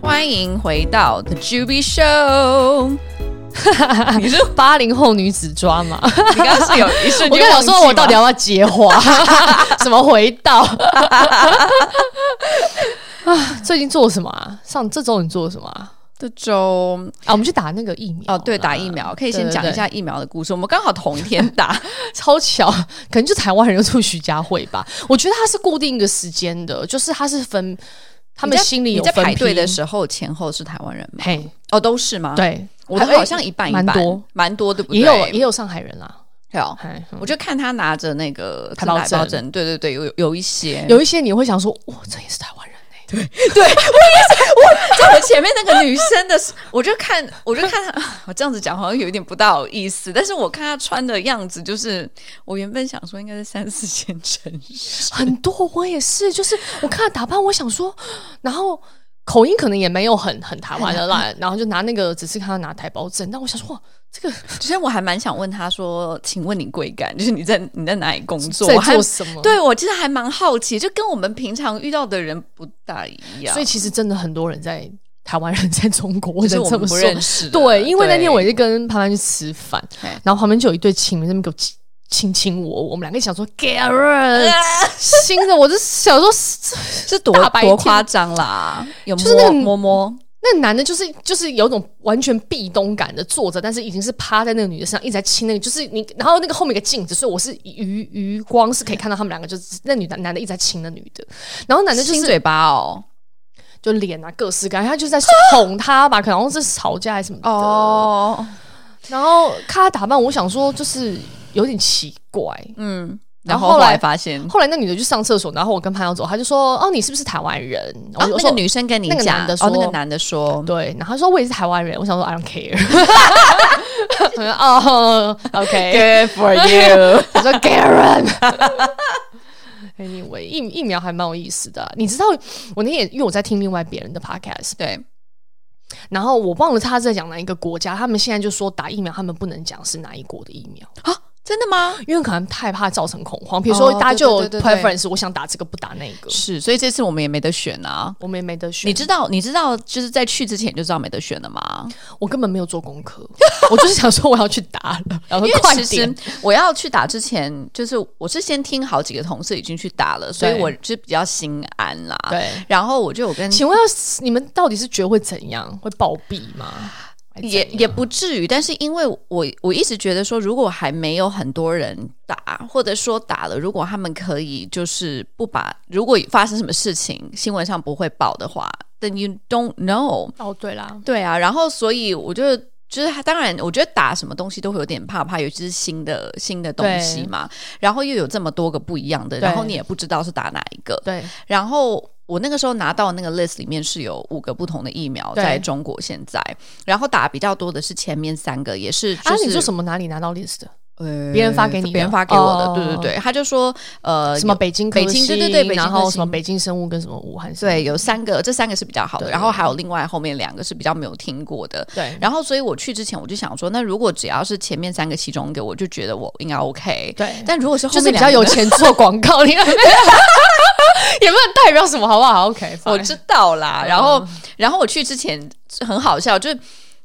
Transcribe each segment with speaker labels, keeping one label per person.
Speaker 1: 欢迎回到 The Juby Show。你是
Speaker 2: 八零后女子抓 嘛？
Speaker 1: 你刚刚是有一瞬
Speaker 2: 我
Speaker 1: 间忘记吗，
Speaker 2: 刚想说，我到底要不要接 话？什么回到？ 啊，最近做了什么啊？上这周你做了什么啊？
Speaker 1: 这周
Speaker 2: 啊，我们去打那个疫苗
Speaker 1: 哦，对，
Speaker 2: 啦
Speaker 1: 打疫苗可以
Speaker 2: 对
Speaker 1: 先
Speaker 2: 对
Speaker 1: 讲一
Speaker 2: 对
Speaker 1: 下疫苗的故事。我们刚好同一天 打，
Speaker 2: 超巧，可能就台湾人就出徐家汇吧。我觉得它是固定一个时间的，就是它是分他们
Speaker 1: 你在
Speaker 2: 心里
Speaker 1: 你
Speaker 2: 有
Speaker 1: 在
Speaker 2: 分
Speaker 1: 排队的
Speaker 2: 候，
Speaker 1: 时候，前后是台湾人吗？
Speaker 2: 嘿，
Speaker 1: 哦，都是吗？，
Speaker 2: 对，
Speaker 1: 我的
Speaker 2: 还有
Speaker 1: 好像一半一半，
Speaker 2: 蛮多，
Speaker 1: 蛮多，对不对？
Speaker 2: 也有也有上海人啦，
Speaker 1: 对哦
Speaker 2: 嘿嗯
Speaker 1: 我就看他拿着那个
Speaker 2: 台胞
Speaker 1: 自带
Speaker 2: 证
Speaker 1: 证，对对对，有有一些，
Speaker 2: 嗯有一些你会想说，哇，这也是台湾人欸
Speaker 1: 在我前面那个女生的时，我就看，我就看她，啊我这样子讲好像有一点不大好意思，但是我看她穿的样子，就是我原本想说应该是三四线城市，
Speaker 2: 很多我也是，就是我看他打扮，我想说，然后口音可能也没有很很台湾 的啦，然后就拿那个，只是看他拿台胞证，但我想说，哇，这个
Speaker 1: 其实我还蛮想问她说，请问你贵干，就是你在你在哪里工作？
Speaker 2: 在
Speaker 1: 我还
Speaker 2: 做什么？，啊
Speaker 1: 对我其实还蛮好奇，就跟我们平常遇到的人不大一样，
Speaker 2: 所以其实真的很多人在台湾人在中国，我
Speaker 1: 只
Speaker 2: 只
Speaker 1: 是
Speaker 2: 能
Speaker 1: 我
Speaker 2: 这
Speaker 1: 们
Speaker 2: 么
Speaker 1: 不
Speaker 2: 说。
Speaker 1: 认识的。啊
Speaker 2: 对，因为那天我也是跟潘潘去吃饭
Speaker 1: 对，
Speaker 2: 然后旁边就有一对情侣在那边给我亲亲亲我，我们两个想说 Garrett，新的，
Speaker 1: 啊
Speaker 2: 我就想说，这
Speaker 1: 是多
Speaker 2: 大白天
Speaker 1: 多夸张啦，有摸
Speaker 2: 就是那个
Speaker 1: 摸摸，
Speaker 2: 那男的就是就是有种完全壁咚感的坐着，但是已经是趴在那个女的身上，一直在亲那个，就是你，然后那个后面有个镜子，所以我是余余光是可以看到他们两个，就是那女的男的一直在亲那女的，然后男的就
Speaker 1: 亲
Speaker 2: 是
Speaker 1: 嘴巴哦。
Speaker 2: 就脸啊各式各样，他就是在哄她吧，可能是吵架还是什么的。
Speaker 1: 哦，
Speaker 2: 然后看她打扮，我想说就是有点奇怪。
Speaker 1: 嗯，然
Speaker 2: 然
Speaker 1: 后
Speaker 2: 后
Speaker 1: 后
Speaker 2: 后来
Speaker 1: 来发现，
Speaker 2: 后来那女的去上厕所，然后我跟潘耀走，他就说：“哦，你是不是台湾人？”我
Speaker 1: 哦，
Speaker 2: 就
Speaker 1: 那
Speaker 2: 说
Speaker 1: 个女生跟你
Speaker 2: 啊那个
Speaker 1: 讲，
Speaker 2: 男的
Speaker 1: 哦，那个
Speaker 2: 说
Speaker 1: 男的说，
Speaker 2: 对，然后他说我也是台湾人，我想说 I don't care，我说哦，OK，
Speaker 1: Good for you！
Speaker 2: 我说 Garen。Anyway，疫疫苗还蛮有意思的啊、你知道我那天也因为我在听另外别人的 podcast，
Speaker 1: 对，
Speaker 2: 然后我忘了他在讲哪一个国家，他们现在就说打疫苗，他们不能讲是哪一国的疫苗，
Speaker 1: 真的吗？
Speaker 2: 因为可能太怕造成恐慌。比如
Speaker 1: 哦
Speaker 2: 说大家就
Speaker 1: 对
Speaker 2: 有
Speaker 1: 对对对对
Speaker 2: preference，我想打这个不打那个，
Speaker 1: 是，所以这次我们也没得选啊。
Speaker 2: 我们也没得选。
Speaker 1: 你知道，你知道，就是在去之前就知道没得选了吗？
Speaker 2: 我根本没有做功课，我就是想说我要去打了，然后
Speaker 1: 因为
Speaker 2: 快
Speaker 1: 其
Speaker 2: 点
Speaker 1: 实。我要去打之前，就是我是先听好几个同事已经去打了，所以
Speaker 2: 对
Speaker 1: 我就是比较心安啦。
Speaker 2: 对，
Speaker 1: 然后我就有跟
Speaker 2: 请问要你们到底是觉得会怎样？会暴毙吗？还是
Speaker 1: 也
Speaker 2: 怎样
Speaker 1: 也不至于，但是因为我我一直觉得说，如果还没有很多人打，或者说打了，如果他们可以就是不把，如果发生什么事情，新闻上不会报的话，then you don't know。
Speaker 2: 哦，对啦，
Speaker 1: 对啊，然后所以我就就是他当然，我觉得打什么东西都会有点怕怕，尤其是新的新的东西嘛，然后又有这么多个不一样的，
Speaker 2: 对
Speaker 1: 然后你也不知道是打哪一个，
Speaker 2: 对
Speaker 1: 然后我那个时候拿到那个 list 里面是有五个不同的疫苗
Speaker 2: 对
Speaker 1: 在中国现在，然后打比较多的是前面三个，也是就是、
Speaker 2: 啊，你说什么哪里拿到 list 的？
Speaker 1: 呃
Speaker 2: 别人发给你的
Speaker 1: 别人发给我的，
Speaker 2: 哦
Speaker 1: 对对对，他就说呃
Speaker 2: 什么
Speaker 1: 有
Speaker 2: 北京
Speaker 1: 北
Speaker 2: 科
Speaker 1: 京
Speaker 2: 系
Speaker 1: 对对对北京
Speaker 2: 然
Speaker 1: 科
Speaker 2: 后
Speaker 1: 系
Speaker 2: 什么北京生物跟什么武汉生物
Speaker 1: 对有三个，这三个是比较好的，
Speaker 2: 对
Speaker 1: 然后还有另外后面两个是比较没有听过的。
Speaker 2: 对
Speaker 1: 然后，所以我去之前我就想说，那如果只要是前面三个其中一个，我就觉得我应该 OK。
Speaker 2: 对，
Speaker 1: 但如果是后
Speaker 2: 就是
Speaker 1: 面
Speaker 2: 比
Speaker 1: 两
Speaker 2: 较
Speaker 1: 个
Speaker 2: 有 钱做广告，你也 不能代表什么，好不好？OK，
Speaker 1: 我
Speaker 2: fine
Speaker 1: 知道啦。
Speaker 2: 嗯
Speaker 1: 然后，然后我去之前很好笑，就是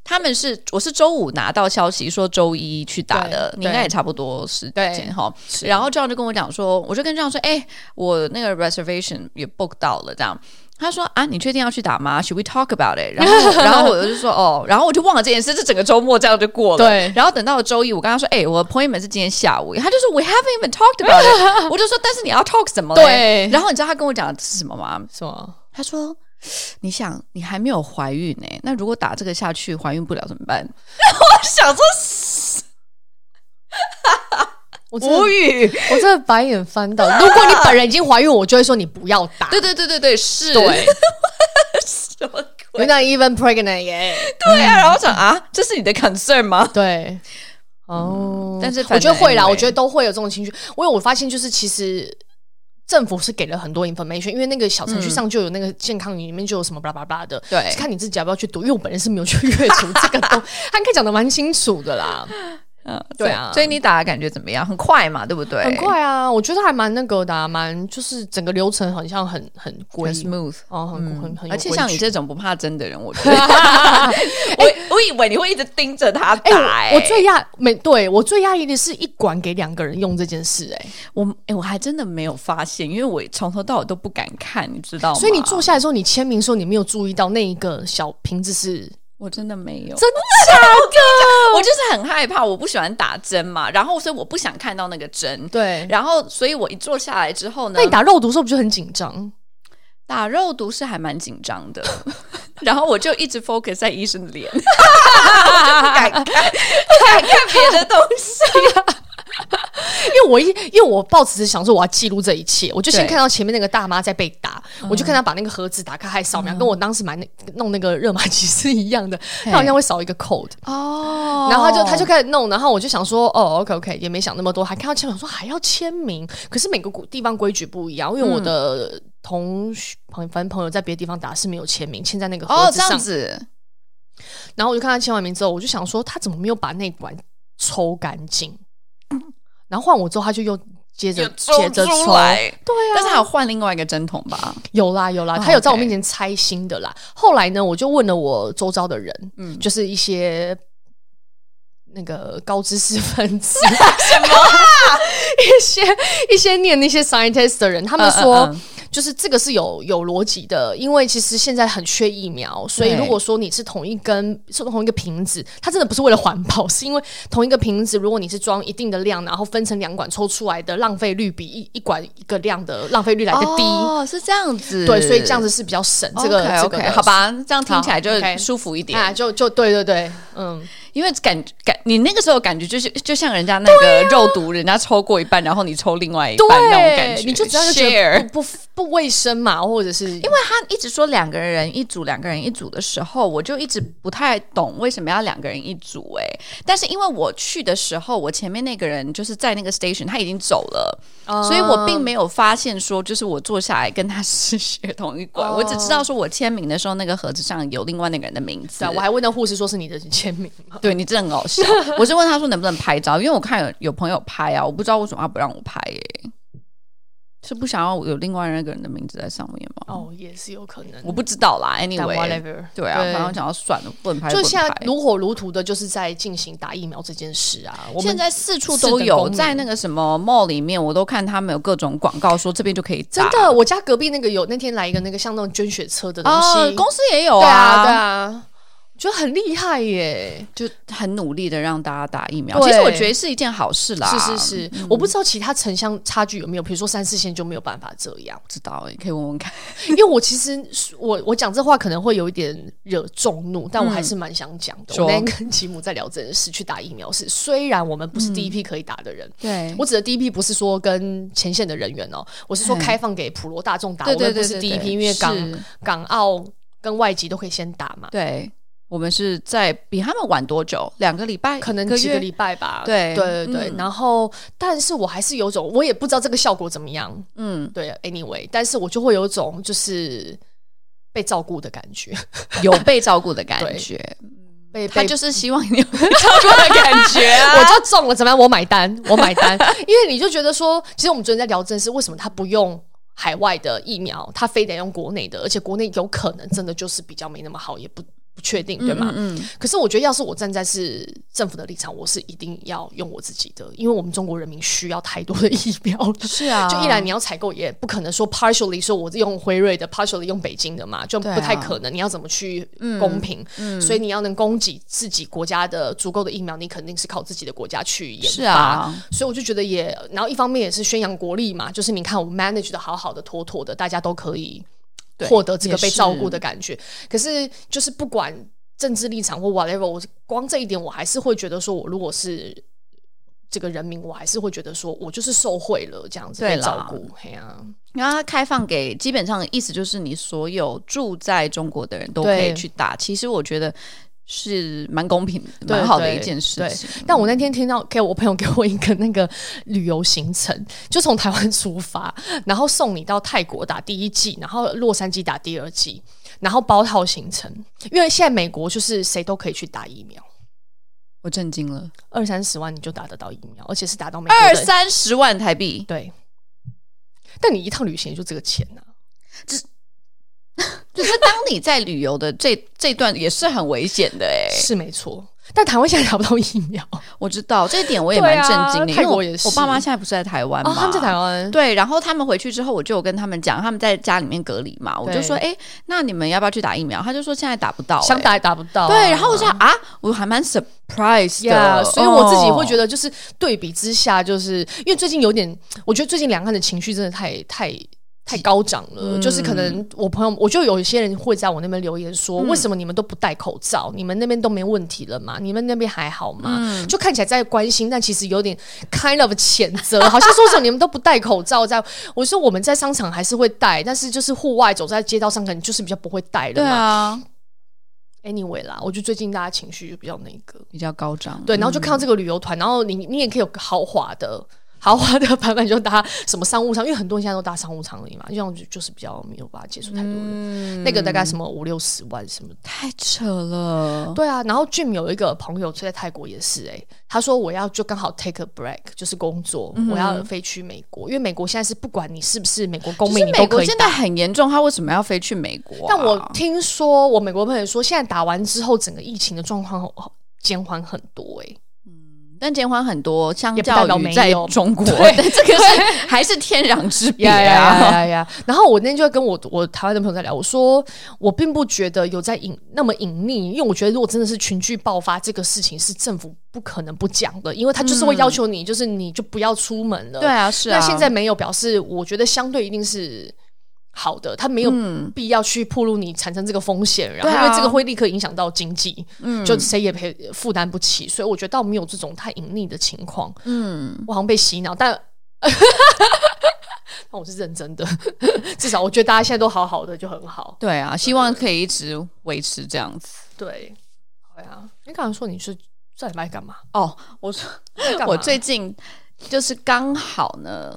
Speaker 1: 他们是我是周五拿到消息说周一去打的，
Speaker 2: 对
Speaker 1: 你应该也差不多时间
Speaker 2: 对
Speaker 1: 哈。然后这样就跟我讲说，我就跟这样说，哎、我那个 reservation 也 book 到了，这样。他说啊，你确定要去打吗？Should we talk about it？然后， 然后我就说哦，然后我就忘了这件事，这整个周末这样就过了。
Speaker 2: 对
Speaker 1: 然后等到了周一，我跟他说，哎、我 appointment 是今天下午，他就说 we haven't even talked about it。我就说，但是你要 talk 什么嘞？
Speaker 2: 对
Speaker 1: 然后你知道他跟我讲的是什么吗？
Speaker 2: 什么？
Speaker 1: 他说：“你想，你还没有怀孕呢、那如果打这个下去怀孕不了怎么办？” 我想说
Speaker 2: 我真的
Speaker 1: 无语。
Speaker 2: 我真的白眼翻到。如果你本人已经怀孕，我就会说你不要打。
Speaker 1: 对对对对对， 是。
Speaker 2: 对
Speaker 1: 什么鬼？
Speaker 2: ，You're not even pregnant yet。
Speaker 1: 对啊，然后我想啊，这是你的 concern 吗？
Speaker 2: 对，哦、
Speaker 1: 但是
Speaker 2: 我
Speaker 1: 反
Speaker 2: 觉得
Speaker 1: 正
Speaker 2: 会啦，
Speaker 1: anyway
Speaker 2: 我觉得都会有这种情绪。因为我发现，就是其实政府是给了很多 information，因为那个小程序上就有那个健康里面就有什么巴拉巴拉的，
Speaker 1: 嗯对
Speaker 2: 是看你自己要不要去读。因为我本人是没有去阅读这个东，他应该讲的蛮清楚的啦。
Speaker 1: 嗯，
Speaker 2: 对啊
Speaker 1: 所以你打的感觉怎么样？很快嘛，对不对？
Speaker 2: 很快啊，我觉得还蛮那个的、啊，蛮就是整个流程好像很很规
Speaker 1: 很 smooth。嗯
Speaker 2: 哦，很很很有
Speaker 1: 而且像你
Speaker 2: 规矩
Speaker 1: 这种不怕针的人，我 觉得，我我以为你会一直盯着他打、
Speaker 2: 哎、
Speaker 1: 哎
Speaker 2: 我我最压没对我最压抑的是一管给两个人用这件事、哎，
Speaker 1: 我哎、我还真的没有发现，因为我从头到尾都不敢看，你知道吗？
Speaker 2: 所以你坐下来之后，你签名的时候，你没有注意到那一个小瓶子是
Speaker 1: 我真的没有，
Speaker 2: 真假的？
Speaker 1: 我就是很害怕，我不喜欢打针嘛，然后所以我不想看到那个针，
Speaker 2: 对，
Speaker 1: 然后所以我一坐下来之后呢
Speaker 2: 那，你打肉毒的时候不就很紧张？
Speaker 1: 打肉毒是还蛮紧张的， 然后我就一直 focus 在医生的 脸，我就不敢看，不敢看别的东西。
Speaker 2: 因为我一因为我抱持着想说我要记录这一切，我就先
Speaker 1: 对嗯
Speaker 2: 看到前面那个大妈在被打，我就看她把那个盒子打开还扫描，跟我当时买那弄那个热玛吉是一样的，她好像会扫一个 code，
Speaker 1: 哦
Speaker 2: 然后他就他就开始弄，然后我就想说，哦，OK OK，也没想那么多，还看到签名我说还要签名，可是每个地方规矩不一样，因为我的同学朋反正朋友在别的地方打是没有签名，签在那个盒
Speaker 1: 哦
Speaker 2: 子
Speaker 1: 这
Speaker 2: 上，
Speaker 1: 样子，
Speaker 2: 然后我就看他签完名之后，我就想说他怎么没有把那管抽干净，然后换我之后他就又接着接着抽，
Speaker 1: 对啊，但是还有换另外一个针筒吧？
Speaker 2: 有啦有啦，
Speaker 1: 哦
Speaker 2: 他有在我
Speaker 1: OK
Speaker 2: 面前猜心的啦。后来呢，我就问了我周遭的人，
Speaker 1: 嗯
Speaker 2: 就是一些那个高知识分子，
Speaker 1: 什么？啊
Speaker 2: 一些一些念那些 scientist 的人，他们说，
Speaker 1: 嗯嗯
Speaker 2: 就是这个是有有逻辑的，因为其实现在很缺疫苗，所以
Speaker 1: 对
Speaker 2: 如果说你是同一根是同一个瓶子，它真的不是为了环保，是因为同一个瓶子，如果你是装一定的量，然后分成两管抽出来的浪费率比一一管一个量的浪费率来的低。
Speaker 1: 哦，是这样子。
Speaker 2: 对，所以这样子是比较省这个
Speaker 1: OK，
Speaker 2: 这个
Speaker 1: OK，
Speaker 2: 的
Speaker 1: 好吧，这样听起
Speaker 2: 好
Speaker 1: 来就
Speaker 2: OK
Speaker 1: 舒服一点。
Speaker 2: 啊，就就对对对，嗯，
Speaker 1: 因为感感你那个时候感觉就是就像人家那个肉毒，人家抽过一半，然后你抽另外一半那种感觉，
Speaker 2: 你就只要就觉
Speaker 1: share
Speaker 2: 得。不不不卫生嘛，或者是因
Speaker 1: 因为他一直说两个人一组，两个人一组的时候，我就一直不太懂为什么要两个人一组哎、但是因为我去的时候，我前面那个人就是在那个 station，他已经走了，
Speaker 2: 哦
Speaker 1: 所以
Speaker 2: 啊
Speaker 1: 我并没有发现说就是我坐下来跟他是血同一
Speaker 2: 哦
Speaker 1: 管，我只知道说我签名的时候那个盒子上有另外那个人的名字
Speaker 2: 对啊，我还问到护士说是你的签名吗？
Speaker 1: 对你真的很搞 笑。我是问他说能不能拍照，因为我看有有朋友拍啊，我不知道为什么他不让我拍耶、是不想要有另外那个人的名字在上面吗？
Speaker 2: 哦，也是有可能
Speaker 1: 我。不知道啦
Speaker 2: 但
Speaker 1: ，anyway，
Speaker 2: whatever，
Speaker 1: 对啊，反正我想要算了，不能拍
Speaker 2: 就
Speaker 1: 不
Speaker 2: 现
Speaker 1: 能
Speaker 2: 在
Speaker 1: 拍。
Speaker 2: 如火如荼的，就是在进行打疫苗这件事啊。我
Speaker 1: 现
Speaker 2: 们
Speaker 1: 在四处
Speaker 2: 四
Speaker 1: 都
Speaker 2: 等
Speaker 1: 有，
Speaker 2: 公民
Speaker 1: 在那个什么 mall 里面，我都看他们有各种广告说这边就可以打
Speaker 2: 真的，我家隔壁那个有那天来一个那个像那种捐血车的东西，
Speaker 1: 哦，公司也有
Speaker 2: 对啊
Speaker 1: 啊，
Speaker 2: 对啊，我觉得很厉害耶。
Speaker 1: 就很努力的让大家打疫苗。
Speaker 2: 对
Speaker 1: 其实我觉得是一件好事啦，
Speaker 2: 是是是，我不知道其他城乡差距有没有，比如说三四线就没有办法这样。
Speaker 1: 不知道哎，可以问问看。
Speaker 2: 因为我其实我我讲这话可能会有一点惹众怒，但我还是蛮想讲的。
Speaker 1: 说
Speaker 2: 我那天跟吉姆在聊这件事，去打疫苗是，虽然我们不是第一批可以打的人。
Speaker 1: 对
Speaker 2: 我指的第一批不是说跟前线的人员哦，我是说
Speaker 1: 嗯
Speaker 2: 开放给普罗大众打，
Speaker 1: 对对
Speaker 2: 我
Speaker 1: 对
Speaker 2: 们不
Speaker 1: 对
Speaker 2: 是第一
Speaker 1: 对
Speaker 2: 批，因为港
Speaker 1: 是
Speaker 2: 港澳跟外籍都可以先打嘛，
Speaker 1: 对，我们是在比他们晚多久？两个礼拜，
Speaker 2: 可能
Speaker 1: 一个
Speaker 2: 几个
Speaker 1: 月。
Speaker 2: 礼拜吧。
Speaker 1: 对
Speaker 2: 对对对，
Speaker 1: 嗯
Speaker 2: 然后但是我还是有种，我也不知道这个效果怎么样。
Speaker 1: 嗯，
Speaker 2: 对，anyway，但是我就会有种就是被照顾的感觉，
Speaker 1: 有被照顾的感觉，
Speaker 2: 被
Speaker 1: 他
Speaker 2: 被
Speaker 1: 就是希望你有被 照顾的感觉、啊。
Speaker 2: 我就中了，怎么样？我买单，我买单。因为你就觉得说，其实我们昨天在聊正事，为什么他不用海外的疫苗，他非得用国内的，而且国内有可能真的就是比较没那么好，也不不确定，对吗？
Speaker 1: 嗯嗯，
Speaker 2: 可是我觉得，要是我站在是政府的立场，我是一定要用我自己的，因为我们中国人民需要太多的疫苗了。
Speaker 1: 是啊，
Speaker 2: 就一来你要采购也不可能说 partially 说我是用辉瑞的，partially 用北京的嘛，就
Speaker 1: 对啊嗯
Speaker 2: 不太可能。你要怎么去公平？所以你要能供给自己国家的足够的疫苗，你肯定是靠自己的国家去研发。
Speaker 1: 是啊，
Speaker 2: 所以我就觉得也，然后一方面也是宣扬国力嘛，就是你看我们 manage 的好好的、妥妥的，大家都可以
Speaker 1: 对
Speaker 2: 获得这个被
Speaker 1: 也是
Speaker 2: 照顾的感觉。可是就是不管政治立场或 whatever，我光这一点我还是会觉得说，我如果是这个人民，我还是会觉得说我就是受贿了，这样子
Speaker 1: 对
Speaker 2: 被
Speaker 1: 啦
Speaker 2: 照顾。嘿啊，
Speaker 1: 然后它开放给，基本上的意思就是你所有住在中国的人都可以
Speaker 2: 对
Speaker 1: 去打。其实我觉得是蛮公平、
Speaker 2: 对
Speaker 1: 蛮好的
Speaker 2: 对
Speaker 1: 一件事
Speaker 2: 对
Speaker 1: 情。
Speaker 2: 但我那天听到给我朋友 给我一个那个旅游行程，就从台湾出发，然后送你到泰国打第一季，然后洛杉矶打第二季，然后包套行程。因为现在美国就是谁都可以去打疫苗，
Speaker 1: 我震惊了，
Speaker 2: 二三十万你就打得到疫苗，而且是打到美国
Speaker 1: 二
Speaker 2: 的
Speaker 1: 三十万台币，
Speaker 2: 对。但你一趟旅行就这个钱啊呐、
Speaker 1: 就是当你在旅游的这这段也是很危险的 哎、
Speaker 2: 是没错。但台湾现在打不到疫苗
Speaker 1: 我知道这一点，我也
Speaker 2: 对
Speaker 1: 蛮震
Speaker 2: 啊
Speaker 1: 惊的，因
Speaker 2: 泰
Speaker 1: 为
Speaker 2: 国
Speaker 1: 我
Speaker 2: 也是
Speaker 1: 我爸妈现在不是在台湾
Speaker 2: 哦，
Speaker 1: 嘛，
Speaker 2: 他们在台湾，
Speaker 1: 对，然后他们回去之后，我就有跟他们讲，他们在家里面隔离嘛，我就
Speaker 2: 对
Speaker 1: 说，哎、那你们要不要去打疫苗？他就说现在打不到、
Speaker 2: 想
Speaker 1: 诶
Speaker 2: 打也打不到啊、
Speaker 1: 对，然后我就想啊，我还蛮 surprise
Speaker 2: 呀
Speaker 1: 的哦
Speaker 2: 所以我自己会觉
Speaker 1: 得，
Speaker 2: 得，就是对比之下，就是因为最近有点，我觉得最近两岸的情绪真的太太。太高涨了，
Speaker 1: 嗯
Speaker 2: 就是可能我朋友，我就有一些人会在我那边留言
Speaker 1: 嗯
Speaker 2: 说，为什么你们都不戴口罩？你们那边都没问题了吗？你们那边还好吗？
Speaker 1: 嗯
Speaker 2: 就看起来在关心，但其实有点 kind of 谴责， 好像说什么你们都不戴口罩在。我说我们在商场还是会戴，但是就是户外走在街道上，可能就是比较不会戴了
Speaker 1: 对
Speaker 2: 嘛。
Speaker 1: 啊，
Speaker 2: Anyway 啦，我觉得最近大家情绪就比较那个。
Speaker 1: 比较高涨，
Speaker 2: 对，然后就看到这个旅游团，然后你你也可以有个豪华的。豪华的版本就搭什么商务舱，因为很多人现在都搭商务舱而已嘛，这样就就是比较没有办法接触太多人。那个大概什么五六十万什么的。
Speaker 1: 太扯了，
Speaker 2: 对啊，然后 Jim 有一个朋友在泰国也是、欸，他说我要就刚好 take a break，就是工作，我要飞去美国，因为美国现在是不管你是不是美国公
Speaker 1: 就
Speaker 2: 民，
Speaker 1: 是
Speaker 2: 你
Speaker 1: 美
Speaker 2: 都可
Speaker 1: 国
Speaker 2: 以
Speaker 1: 现
Speaker 2: 打啊
Speaker 1: 在很严重，他为什么要飞去美国啊、
Speaker 2: 但我听说我美国朋友说，现在打完之后，整个疫情的状况好好减缓很多、欸，
Speaker 1: 但减缓很多，相
Speaker 2: 也不代
Speaker 1: 较
Speaker 2: 表
Speaker 1: 于
Speaker 2: 没
Speaker 1: 在
Speaker 2: 有
Speaker 1: 中国，
Speaker 2: 对
Speaker 1: 但 这个 是还是天壤之 别
Speaker 2: 呀
Speaker 1: 啊。
Speaker 2: 呀呀呀！然后我那天就跟我我台湾的朋友在聊，我说我并不觉得有在隐那么隐匿，因为我觉得如果真的是群聚爆发这个事情，是政府不可能不讲的，因为他就是会要求你，就是你就不要出门了。
Speaker 1: 对啊，是啊。
Speaker 2: 那现在没有表示，我觉得相对一定是。好的，他没有
Speaker 1: 嗯
Speaker 2: 必要去暴露你产生这个风险，然
Speaker 1: 对
Speaker 2: 后
Speaker 1: 啊嗯
Speaker 2: 因为这个会立刻影响到经济，就谁也赔负担不起，所以我觉得倒没有这种太隐匿的情况。
Speaker 1: 嗯，
Speaker 2: 我好像被洗脑，但 但我是认真的，至少我觉得大家现在都好好的就很好。
Speaker 1: 对啊，希望可以一直维持这样子。
Speaker 2: 对，对啊，你刚才说你是这礼拜干嘛？
Speaker 1: 哦，我说
Speaker 2: 在干嘛
Speaker 1: 我最近就是刚好呢，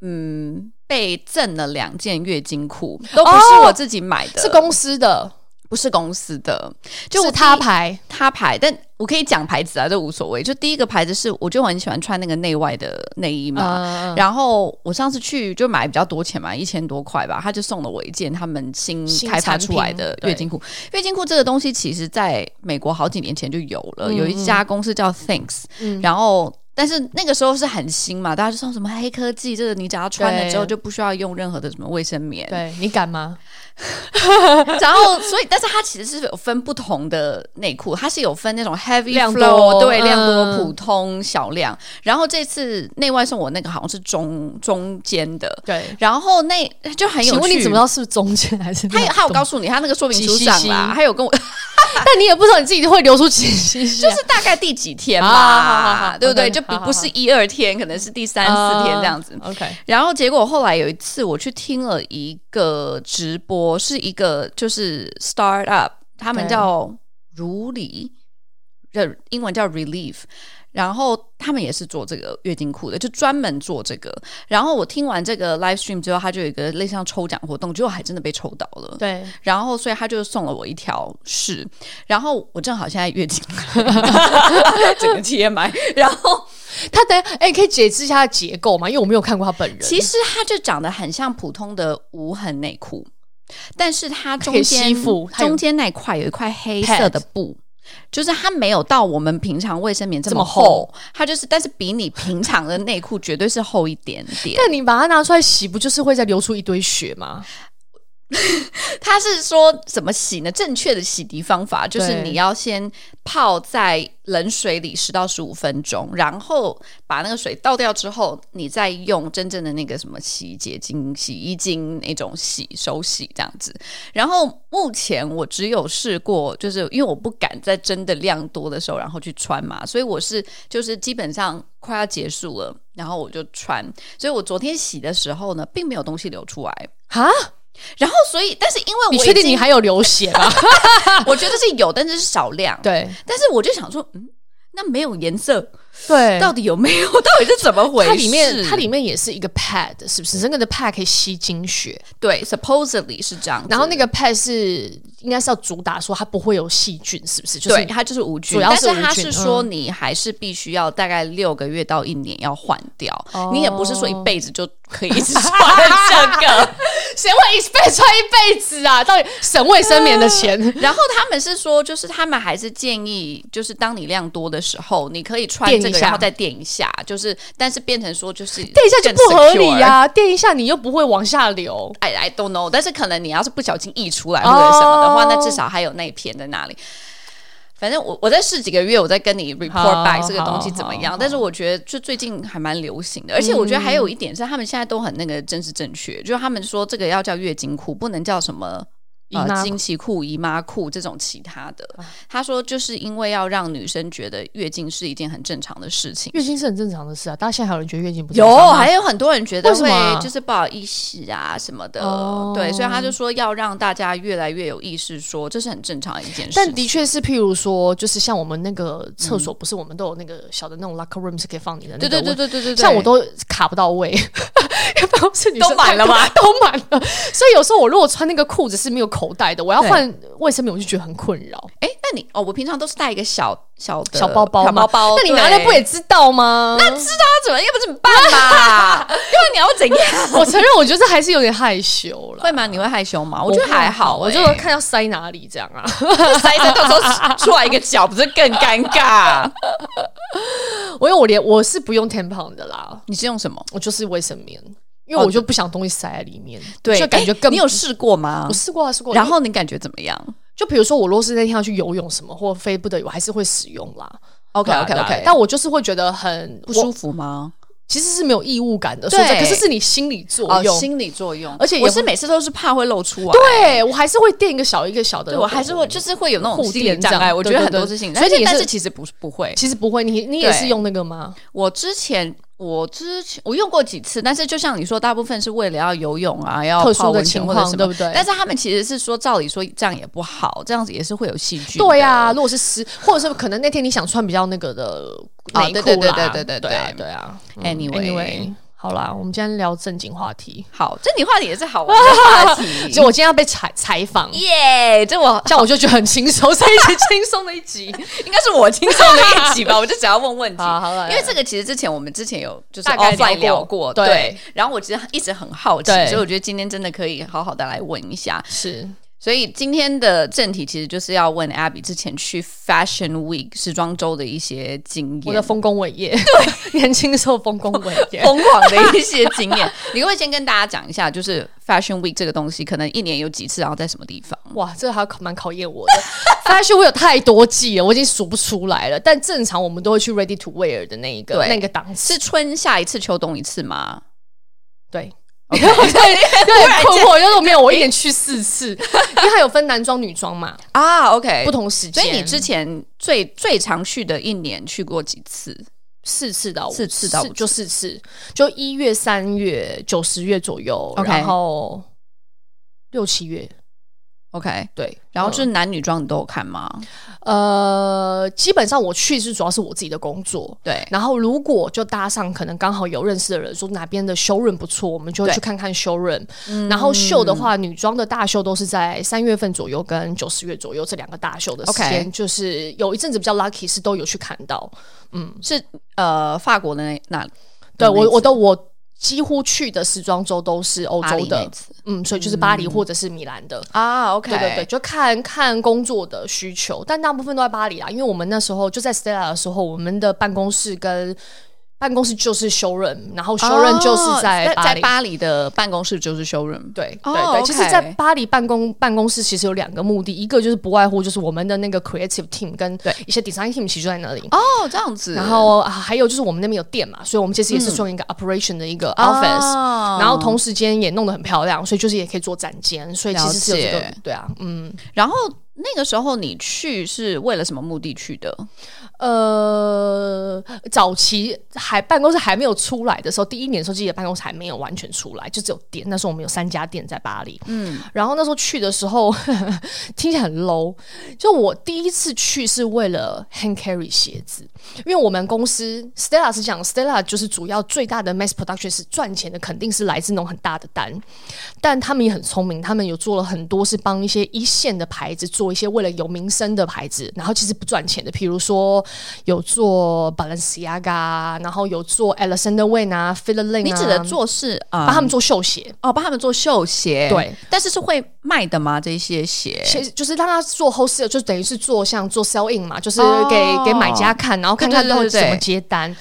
Speaker 1: 嗯，被赠了两件月经裤，都不是
Speaker 2: 哦
Speaker 1: 我自己买的，
Speaker 2: 是公司的，
Speaker 1: 不是公司的，就
Speaker 2: 就是
Speaker 1: 我
Speaker 2: 他
Speaker 1: 第一
Speaker 2: 牌
Speaker 1: 他牌，但我可以讲牌子啊，这无所谓。就第一个牌子是，我就很喜欢穿那个内外的内衣嘛，
Speaker 2: 啊，
Speaker 1: 然后我上次去就买比较多钱嘛，一千多块吧，他就送了我一件他们新
Speaker 2: 新
Speaker 1: 开发
Speaker 2: 产
Speaker 1: 出来
Speaker 2: 品
Speaker 1: 的
Speaker 2: 对
Speaker 1: 月经裤。月经裤这个东西其实在美国好几年前就有了，有一家公司叫 Thanks，、然后。但是那个时候是很新嘛，大家就说什么黑科技，这个你只要穿了之后就
Speaker 2: 对
Speaker 1: 不需要用任何的什么卫生棉，
Speaker 2: 对你敢吗？
Speaker 1: 然后，所以，但是它其实是有分不同的内裤，它是有分那种 heavy
Speaker 2: 量
Speaker 1: flow，
Speaker 2: 多
Speaker 1: 对，量多、
Speaker 2: 嗯
Speaker 1: 普通、小量。然后这次内外送我那个好像是中中间的，
Speaker 2: 对，
Speaker 1: 然后那就很有趣。
Speaker 2: 请问你怎么知？道是中间还是
Speaker 1: 他有，他有告诉你，他那个说明书上
Speaker 2: 几 cc
Speaker 1: 啦，他有跟我，
Speaker 2: 但你也不知道你自己会流出几息啊血，
Speaker 1: 就是大概第几天
Speaker 2: 啊好好
Speaker 1: 吧
Speaker 2: 好，
Speaker 1: 对不对？
Speaker 2: OK，
Speaker 1: 就不
Speaker 2: 好好
Speaker 1: 不是一二天，可能是第三四天这样子。
Speaker 2: 啊 OK，
Speaker 1: 然后结果后来有一次，我去听了一个直播，是一个就是 startup，他们
Speaker 2: 对
Speaker 1: 叫如里，呃，英文叫 Relief。然后他们也是做这个月经裤的，就专门做这个。然后我听完这个 live stream 之后，他就有一个类似像抽奖活动，结果还真的被抽到了。
Speaker 2: 对，
Speaker 1: 然后所以他就送了我一条是，然后我正好现在月经来， 整个 TMI，然后
Speaker 2: 他等下哎，可以解释一下它的结构吗？因为我没有看过他本人，
Speaker 1: 其实它就长得很像普通的无痕内裤，但是它中
Speaker 2: 可以
Speaker 1: 间
Speaker 2: 吸附它有
Speaker 1: 中间那块有一块黑色的布。就是它没有到我们平常卫生棉这么厚，
Speaker 2: 这么厚
Speaker 1: 它就是，但是比你平常的内裤绝对是厚一点点。
Speaker 2: 但你把它拿出来洗，不就是会再流出一堆血吗？
Speaker 1: 它是说怎么洗呢？正确的洗涤方法就是
Speaker 2: 对
Speaker 1: 你要先泡在冷水里十到十五分钟，然后把那个水倒掉之后，你再用真正的那个什么洗洁精、洗衣精那种洗手洗这样子。然后目前我只有试过，就是因为我不敢在真的量多的时候然后去穿嘛，所以我是就是基本上快要结束了，然后我就穿。所以我昨天洗的时候呢，并没有东西流出来。
Speaker 2: 啊，
Speaker 1: 然后，所以，但是因为我
Speaker 2: 你确
Speaker 1: 已
Speaker 2: 定
Speaker 1: 经
Speaker 2: 你还有流血吗？
Speaker 1: 我觉得是有，但是是少量。
Speaker 2: 对，
Speaker 1: 但是我就想说，嗯，那没有颜色，
Speaker 2: 对
Speaker 1: 到底有没有？ 到底是怎么回事？
Speaker 2: 它里面它里面也是一个 pad，是不是？那个的 pad 可以吸精血，
Speaker 1: 对，supposedly 是这样子。
Speaker 2: 然后那个 pad 是应该是要主打说它不会有细菌，是不是？就是
Speaker 1: 对，它就是无菌，
Speaker 2: 主要
Speaker 1: 但
Speaker 2: 是
Speaker 1: 是
Speaker 2: 无
Speaker 1: 它
Speaker 2: 菌嗯
Speaker 1: 是说你还是必须要大概六个月到一年要换掉，
Speaker 2: 哦
Speaker 1: 你也不是说一辈子就可以一直穿这个。
Speaker 2: 谁会一辈穿一辈子啊？到底省卫生棉的 钱？
Speaker 1: 然后他们是说，就是他们还是建议，就是当你量多的时候，你可以穿
Speaker 2: 垫一
Speaker 1: 这个，
Speaker 2: 下
Speaker 1: 然后再垫一下，就是但是变成说就是
Speaker 2: 垫
Speaker 1: 垫
Speaker 2: 一下就不合理、啊！垫一下你又不会往下流。
Speaker 1: I I don't know，但是可能你要是不小心溢出来或者什么的话
Speaker 2: 哦
Speaker 1: 那至少还有那一片在那里。反正我我再试几个月，我再跟你 report
Speaker 2: 好
Speaker 1: back 这个
Speaker 2: 好
Speaker 1: 东西怎么样
Speaker 2: 好。嗯
Speaker 1: 但是我觉得就最近还蛮流行的，而且我觉得还有一点是他们现在都很那个政治正确，就是他们说这个要叫月经裤，不能叫什么。
Speaker 2: 姨妈
Speaker 1: 呃，
Speaker 2: 裤哦
Speaker 1: 经期裤、姨妈裤这种其他的，他说就是因为要让女生觉得月经是一件很正常的事情，
Speaker 2: 月经是很正常的事啊，大家现在还有人觉得月经不正
Speaker 1: 有
Speaker 2: 常，吗
Speaker 1: 还有很多人觉得
Speaker 2: 为什么啊
Speaker 1: 会就是不好意思啊什么的，
Speaker 2: 哦
Speaker 1: 对，所以他就说要让大家越来越有意识说，这是很正常的一件事。
Speaker 2: 但的确是，嗯譬如说，就是像我们那个厕所，不是我们都有那个小的那种 locker room 是可以放你的
Speaker 1: 对
Speaker 2: 那个
Speaker 1: 对
Speaker 2: 位
Speaker 1: 对
Speaker 2: 置
Speaker 1: 对对对，对
Speaker 2: 像我都卡不到位， 要不然是女生
Speaker 1: 都满了吗
Speaker 2: 太多？ 都满了，所以有时候我如果穿那个裤子是没有口袋的，我要换卫生棉，我就觉得很困扰。
Speaker 1: 哎，那你哦，我平常都是带一个小小的
Speaker 2: 小包包
Speaker 1: 小
Speaker 2: 嘛，
Speaker 1: 包包，
Speaker 2: 那你拿来
Speaker 1: 来
Speaker 2: 不也知道吗？那
Speaker 1: 他怎么要不怎么办 嘛？要不然你要我怎样？
Speaker 2: 我承认，我觉得还是有点害羞了。
Speaker 1: 会吗？你会害羞吗？我觉得还好，
Speaker 2: 我就
Speaker 1: 哎
Speaker 2: 看要塞哪里这样 啊。
Speaker 1: 塞着，到时候出来一个脚，不是更尴尬？
Speaker 2: 我因为我连我是不用 tampon 的啦，
Speaker 1: 你是用什么？
Speaker 2: 我就是卫生棉，因为
Speaker 1: 哦
Speaker 2: 我就不想东西塞在里面，就感觉
Speaker 1: 哎
Speaker 2: 更
Speaker 1: 你有试过吗
Speaker 2: 我？试过啊，试过。
Speaker 1: 然后你感觉怎么样
Speaker 2: 就比如说我若是那天要去游泳什么，或非不得已，我还是会使用啦。
Speaker 1: ？OK
Speaker 2: 对啊
Speaker 1: OK
Speaker 2: 对啊
Speaker 1: OK，
Speaker 2: 但我就是会觉得很
Speaker 1: 不
Speaker 2: 服，
Speaker 1: 舒服吗？
Speaker 2: 其实是没有异物感的，
Speaker 1: 对
Speaker 2: 说真的可是是你心理作
Speaker 1: 哦，
Speaker 2: 用。
Speaker 1: 心理作用，
Speaker 2: 而且也
Speaker 1: 我
Speaker 2: 会
Speaker 1: 是每次都是怕会露出啊，
Speaker 2: 对我还是会垫一个小一个小的，
Speaker 1: 对我还是会就是会有那种
Speaker 2: 护
Speaker 1: 心理
Speaker 2: 垫这样
Speaker 1: 障碍，我觉得
Speaker 2: 对对
Speaker 1: 很多
Speaker 2: 对
Speaker 1: 事情，
Speaker 2: 所以
Speaker 1: 但
Speaker 2: 你也
Speaker 1: 但
Speaker 2: 是
Speaker 1: 是其实不是不会，
Speaker 2: 其实不会，你你也
Speaker 1: 对
Speaker 2: 是用那个吗？
Speaker 1: 我之前。我之前我用过几次，但是就像你说，大部分是为了要游泳啊，要
Speaker 2: 特
Speaker 1: 泡
Speaker 2: 殊的
Speaker 1: 温泉
Speaker 2: 情
Speaker 1: 或者
Speaker 2: 况
Speaker 1: 什么。
Speaker 2: 对不对？
Speaker 1: 但是他们其实是说，照理说这样也不好，这样子也是会有细菌的。
Speaker 2: 对啊，如果是湿，或者是可能那天你想穿比较那个的内
Speaker 1: 对
Speaker 2: 裤
Speaker 1: 对对
Speaker 2: 啦
Speaker 1: 对对对
Speaker 2: 对啊
Speaker 1: 对
Speaker 2: 对啊。
Speaker 1: 嗯 Anyway，,
Speaker 2: Anyway，好啦，我们今天聊正经话题，
Speaker 1: 好，这你话题也是好玩 的话题。
Speaker 2: 就我今天要被采采访，
Speaker 1: 耶这我
Speaker 2: 这样我就觉得很轻松，所以一集轻 松的一集。
Speaker 1: 应该是我轻松的一集 吧，我就只要问问题。
Speaker 2: 好好来
Speaker 1: 因为这个其实之前我们之前有就是
Speaker 2: 大概聊
Speaker 1: offline 聊过，
Speaker 2: 过
Speaker 1: 对。
Speaker 2: 对
Speaker 1: 然后我其实一直很好奇，
Speaker 2: 对
Speaker 1: 所以我觉得今天真的可以好好的来问一下。
Speaker 2: 是
Speaker 1: 所以今天的正题其实就是要问 Abby 之前去 Fashion Week 时装周的一些经
Speaker 2: 我的
Speaker 1: 验，
Speaker 2: 丰功伟 业，对，年轻的时候丰功伟 业。
Speaker 1: 疯狂的一些经验。你可不可以先跟大家讲一下，就是 Fashion Week 这个东西，可能一年有几次，然后在什么地方？
Speaker 2: 哇，这个还考蛮考验我的。Fashion 我有太多季了，我已经数不出来了。但正常我们都会去 Ready to Wear 的那一个
Speaker 1: 对
Speaker 2: 那个档次。
Speaker 1: 是春夏一次，秋冬一次吗？
Speaker 2: 对。对对，困惑，就是我没有，我一 年去四次，因为它有分男装、女装嘛，
Speaker 1: 啊，OK，
Speaker 2: 不同时
Speaker 1: 所
Speaker 2: 间。
Speaker 1: 以你之前最最常去的一年去过几次？
Speaker 2: 四次到五
Speaker 1: 四次到五次
Speaker 2: 就四次，就一月、三月、九十月左右
Speaker 1: OK
Speaker 2: 然后六七月，
Speaker 1: OK，
Speaker 2: 对，
Speaker 1: 然后
Speaker 2: 嗯
Speaker 1: 就是男女装你都有看吗？
Speaker 2: 呃，基本上我去是主要是我自己的工作。
Speaker 1: 对，
Speaker 2: 然后，如果就搭上可能刚好有认识的人说哪边的修润不错，我们就会
Speaker 1: 对嗯
Speaker 2: 去看看修润。然后秀的话，女装的大秀都是在三月份左右跟九十月左右这两个大秀的时
Speaker 1: OK
Speaker 2: 间就是有一阵子比较 lucky 是都有去看到。
Speaker 1: 是呃法国的那那那
Speaker 2: 对
Speaker 1: 一
Speaker 2: 我，
Speaker 1: 次
Speaker 2: 我都我几乎去的时装周都是欧
Speaker 1: 巴
Speaker 2: 洲
Speaker 1: 黎那一
Speaker 2: 的，
Speaker 1: 次
Speaker 2: 嗯，所以就是巴黎或者是米兰的。
Speaker 1: 啊，OK，
Speaker 2: 对对对，就看看工作的需求，但大部分都在巴黎啦，因为我们那时候就在 Stella 的时候，我们的办公室跟办公室就是修润，然后修润就是在
Speaker 1: 哦在
Speaker 2: 巴
Speaker 1: 在
Speaker 2: 黎。
Speaker 1: 巴黎的办公室就是 showroom，
Speaker 2: 对
Speaker 1: 哦
Speaker 2: 对对，其实，
Speaker 1: OK
Speaker 2: 在巴黎办公办公室其实有两个目的，一个就是不外乎就是我们的那个 creative team 跟
Speaker 1: 对
Speaker 2: 一些 design team 其实就在那里，
Speaker 1: 哦，这样子，
Speaker 2: 然后、啊、还有就是我们那边有店嘛，所以我们其实也是
Speaker 1: 嗯
Speaker 2: 算一个 operation 的一个 office，、
Speaker 1: office
Speaker 2: 啊然后同时间也弄得很漂亮，所以就是也可以做展间，所以其实是有这
Speaker 1: 了
Speaker 2: 个
Speaker 1: 解
Speaker 2: 对啊，嗯，
Speaker 1: 然后那个时候你去是为了什么目的去的？
Speaker 2: 呃，早期还办公室还没有出来的时候，第一年的时候，自己的办公室还没有完全出来，就只有店。那时候我们有三家店在巴黎，嗯，然后那时候去的时候， 听起来很 low。就我第一次去是为了 hand carry 鞋子，因为我们公司 Stella 是讲 Stella 就是主要最大的 mass production 是赚钱的，肯定是来自那种很大的单，但他们也很聪明，他们有做了很多是帮一些一线的牌子做一些为了有名声的牌子，然后其实不赚钱的，譬如说有做 Balenciaga，然后有做 Alexander Wayne 啊 p h i l i p i n
Speaker 1: 你
Speaker 2: 啊，
Speaker 1: 指的做是啊、
Speaker 2: 帮他们做绣鞋。
Speaker 1: 哦，帮他们做绣鞋，
Speaker 2: 对，
Speaker 1: 但是是会卖的吗？这些鞋？
Speaker 2: 其实就是让他做 wholesale，就等于是做像做 sell in 嘛，就是
Speaker 1: 哦
Speaker 2: 给、给买家看，然后看看
Speaker 1: 对对
Speaker 2: 他
Speaker 1: 对
Speaker 2: 会
Speaker 1: 对哦
Speaker 2: 怎么接单。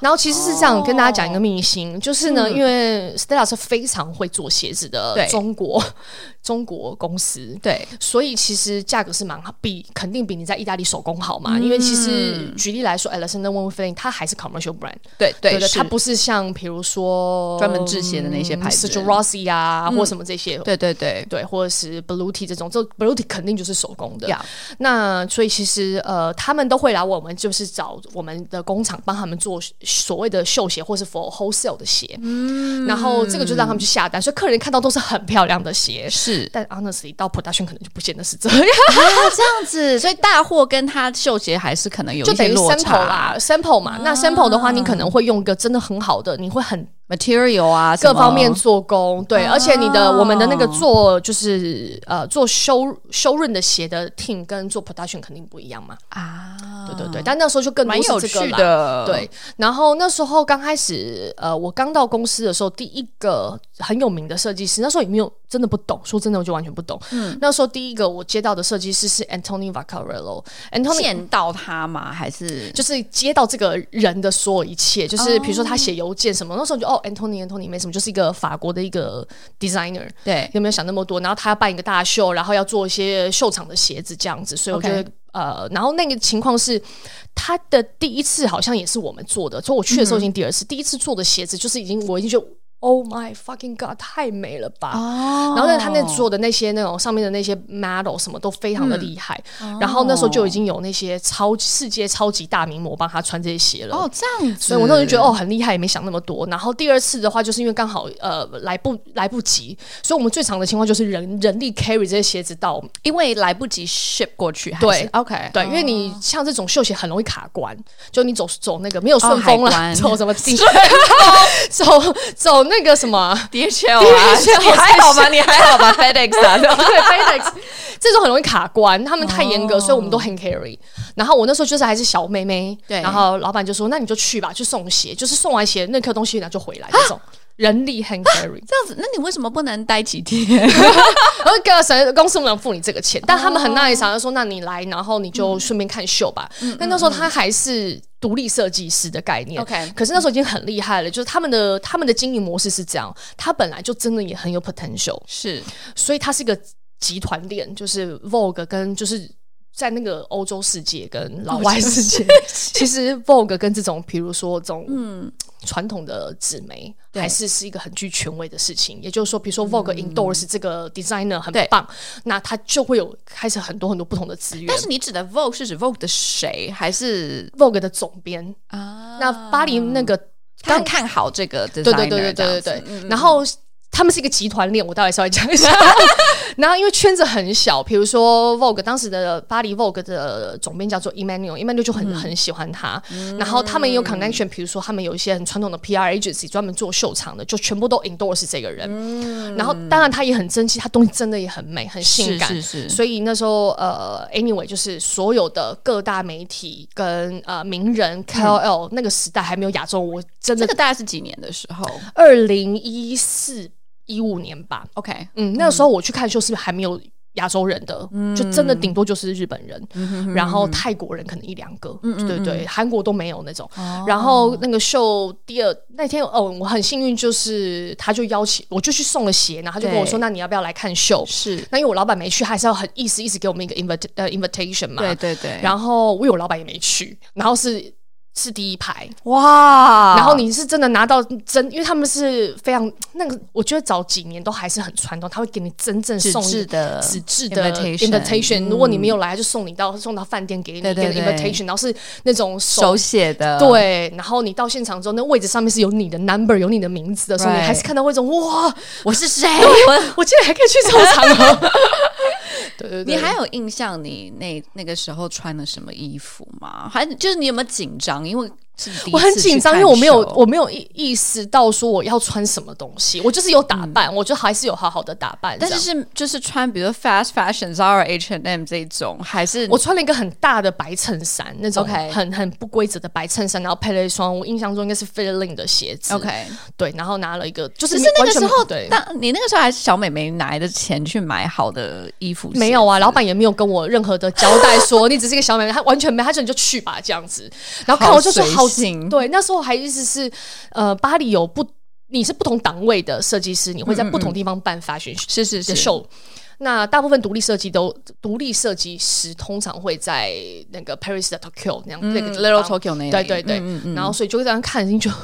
Speaker 2: 然后其实是这样，跟大家讲一个秘辛，就是呢，因为 Stella 是非常会做鞋子
Speaker 1: 嗯
Speaker 2: 的
Speaker 1: 对
Speaker 2: 中国 中国公司，
Speaker 1: 对，
Speaker 2: 所以其实价格是蛮好，比肯定比你在意大利手工好
Speaker 1: 嗯
Speaker 2: 嘛。因为其实举例来说，Alexander w i n f l i n 它还是 commercial brand，
Speaker 1: 对对
Speaker 2: 的，
Speaker 1: 是
Speaker 2: 它不是像比如说
Speaker 1: 专门制鞋的嗯那些牌子
Speaker 2: s i g Rossi 啊，或什么这些。
Speaker 1: 对对对，
Speaker 2: 对，或者是 Beluti 这种，这 Beluti 肯定就是手工的。
Speaker 1: 呀
Speaker 2: 那所以其实呃，他们都会来我们就是找我们的工厂帮他们做所谓的绣鞋或是 for wholesale 的鞋，嗯，然后这个就让他们去下单，所以客人看到都是很漂亮的鞋。
Speaker 1: 是
Speaker 2: 但 honestly 到 production 可能就不见得是这样，
Speaker 1: 啊，这样子，所以大货跟他绣鞋还是可能有
Speaker 2: 就
Speaker 1: 一
Speaker 2: 等
Speaker 1: 些
Speaker 2: 于
Speaker 1: 落
Speaker 2: sample
Speaker 1: 差啊
Speaker 2: 啦，sample 嘛。那 sample 的话，你可能会用一个真的很好的，你会很
Speaker 1: ，material 啊，什
Speaker 2: 各
Speaker 1: 么啊
Speaker 2: 方面做工，对，而且你的我们的那个做就是呃做修修润的鞋的 team 跟做 production 肯定不一样嘛，
Speaker 1: 啊，
Speaker 2: 对对对，但那时候就更多
Speaker 1: 蛮有
Speaker 2: 是这个
Speaker 1: 趣
Speaker 2: 啦。
Speaker 1: 的，
Speaker 2: 对，然后那时候刚开始，呃，我刚到公司的时候，第一个很有名的设计师，那时候也没有真的不懂，说真的我就完全不懂。嗯，那时候第一个我接到的设计师是 Antony Vaccarello，Antony
Speaker 1: 见到他吗？还是
Speaker 2: 就是接到这个人的所有一切，就是比如说他写邮件什么，那时候就哦，Antony Antony 没什么，就是一个法国的一个 designer，
Speaker 1: 对
Speaker 2: 有没有想那么多？然后他要办一个大秀，然后要做一些秀场的鞋子这样子，所以我觉得
Speaker 1: OK
Speaker 2: 呃，然后那个情况是他的第一次好像也是我们做的，所以我去的时候已经第二次，第一次做的鞋子就是已经我已经觉得 Oh my fucking god，太美了吧！
Speaker 1: 哦
Speaker 2: 然后呢，他那做的那些那种上面的那些 model 什么都非
Speaker 1: 嗯
Speaker 2: 常的厉害，然后那时候
Speaker 1: 哦
Speaker 2: 就已经有那些超世界超级大名模帮他穿这些鞋了。
Speaker 1: 哦这样子，
Speaker 2: 所以我那时候就觉得哦很厉害，也没想那么多。然后第二次的话，就是因为刚好呃来不来不及，所以我们最常的情况就是人人力 carry 这些鞋子到
Speaker 1: 因为来不及 ship 过去，还是
Speaker 2: 对
Speaker 1: ，OK，
Speaker 2: 对，因为你像这种绣鞋很容易卡关，就你走走那个没有顺丰
Speaker 1: 哦海关
Speaker 2: 啦，走什么进 走走那个什么。
Speaker 1: DHL 啊，
Speaker 2: DHL
Speaker 1: 你还好吗？你还好吧？FedEx 啊，对吧
Speaker 2: 对 FedEx 这种很容易卡关，他们太严
Speaker 1: 哦
Speaker 2: 格，所以我们都很 carry。然后我那时候就是还是小妹妹，
Speaker 1: 对
Speaker 2: 然后老板就说：“那你就去吧，去送鞋，就是送完鞋那颗东西然后就回来这种。”
Speaker 1: 啊
Speaker 2: 人力很 carry，
Speaker 1: 这样子，那你为什么不能待几天？
Speaker 2: 然后各个神公司不能付你这个钱，但他们很 nice，啊就说那你来，然后你就顺便看秀吧。但那时候他还是独立设计师的概念
Speaker 1: OK
Speaker 2: 可是那时候已经很厉害了，就是他们的他们的经营模式是这样，他本来就真的也很有 potential，
Speaker 1: 是
Speaker 2: 所以它是一个集团链，就是 Vogue 跟就是在那个欧洲世界跟老
Speaker 1: 哦
Speaker 2: 外世界， 其实 Vogue 跟这种比如说这种嗯传统的纸媒，
Speaker 1: 对嗯
Speaker 2: 还是是一个很具权威的事情。也就是说，比如说 Vogue endorse 这个 designer 很
Speaker 1: 对
Speaker 2: 棒，那它就会有开始很多很多不同的资源。
Speaker 1: 但是你指的 Vogue 是指 Vogue 的谁？还是
Speaker 2: Vogue 的总编，
Speaker 1: 啊？
Speaker 2: 那巴黎那个
Speaker 1: 他很看好这嗯个 designer，
Speaker 2: 对对对对对对对。然后他们是一个集团链，我待会稍微讲一下。 然后因为圈子很小，比如说 Vogue 当时的巴黎 Vogue 的总编叫做 Emmanuel，Emmanuel 就很、
Speaker 1: 嗯
Speaker 2: 很喜欢他。然后他们也有 connection，比如说他们有一些很传统的 PR agency 专门做秀场的，就全部都 endorse 这个人。然后当然他也很珍惜，他东西真的也很美，很性
Speaker 1: 性
Speaker 2: 感。
Speaker 1: 感嗯是是是，
Speaker 2: 所以那时候，呃，anyway，就是所有的各大媒体跟呃名
Speaker 1: 嗯
Speaker 2: 人 KOL、那个时代还没有亚洲，我真的
Speaker 1: 这个大概是几年的时候
Speaker 2: 二零一四一五年吧。
Speaker 1: ？OK，
Speaker 2: 嗯，那个时候我去看秀是还没有亚洲人的，就真的顶多就是日本人，然后泰国人可能一两个，对对，韩国都没有那种。然后那个秀第二那天，哦，我很幸运，就是他就邀请我就去送了鞋，然后他就跟我说，
Speaker 1: 对
Speaker 2: 那你要不要来看秀？
Speaker 1: 是，
Speaker 2: 那因为我老板没去，他还是要很意思意思给我们一个 invit 呃 invitation 嘛。
Speaker 1: 对对对，后
Speaker 2: 然后我有老板也没去，然后是是第一排，
Speaker 1: 哇
Speaker 2: 然后你是真的拿到真，因为他们是非常那个，我觉得早几年都还是很传统，他会给你真正
Speaker 1: 纸
Speaker 2: 送
Speaker 1: 质
Speaker 2: 一
Speaker 1: 的
Speaker 2: 纸质的
Speaker 1: invitation，嗯
Speaker 2: 如果你没有来，就送你到送到饭店给你一
Speaker 1: 对
Speaker 2: 个
Speaker 1: 对对
Speaker 2: invitation，然后是那种手
Speaker 1: 手写的，
Speaker 2: 对，然后你到现场之后，那位置上面是有你的 number，有你的名字的时候，你
Speaker 1: Right
Speaker 2: 还是看到会一种哇，
Speaker 1: 我是谁？我
Speaker 2: 我竟然还可以去这种场合。对对
Speaker 1: 你
Speaker 2: 对，
Speaker 1: 还有印象你那那个时候穿了什么衣服吗？还就是你有没有紧张？因为是你第一
Speaker 2: 我很
Speaker 1: 次去
Speaker 2: 紧张，因
Speaker 1: 看
Speaker 2: 为我没有
Speaker 1: 秀
Speaker 2: 我没有意意识到说我要穿什么东西，我就是有打扮，我就还是有好好的打扮这
Speaker 1: 嗯但
Speaker 2: 样，
Speaker 1: 是是就是穿，比如说 fast fashion、Zara、H and M 这一种，还是
Speaker 2: 我穿了一个很大的白衬衫，那种
Speaker 1: OK
Speaker 2: 很很不规则的白衬衫，然后配了一双我印象中应该是 f i l l i n 的鞋子。
Speaker 1: OK。
Speaker 2: 对，然后拿了一个，就是
Speaker 1: 只
Speaker 2: 你
Speaker 1: 是那
Speaker 2: 完
Speaker 1: 个
Speaker 2: 全
Speaker 1: 时候，
Speaker 2: 对。
Speaker 1: 但你那个时候还是小美眉拿的钱去买好的衣服，
Speaker 2: 没有啊，老板也没有跟我任何的交代说， 你只是一个小买卖，他完全没，他说你就去吧这样子。然后看
Speaker 1: 好
Speaker 2: 我就说
Speaker 1: 随
Speaker 2: 好
Speaker 1: 性
Speaker 2: 对，那时候还意思是，呃，巴黎有不，你是不同档位的设计师，你会在不同地方办 fashion
Speaker 1: 是嗯是
Speaker 2: 的
Speaker 1: 是，
Speaker 2: 秀。那大部分独立设计都独立设计师通常会在那个 Paris 的 Tokyo 那样、那个
Speaker 1: 嗯
Speaker 2: 地
Speaker 1: Little
Speaker 2: 方
Speaker 1: Tokyo 那一类
Speaker 2: 对对对，
Speaker 1: 嗯嗯嗯
Speaker 2: 然后所以就这样看进去， 因为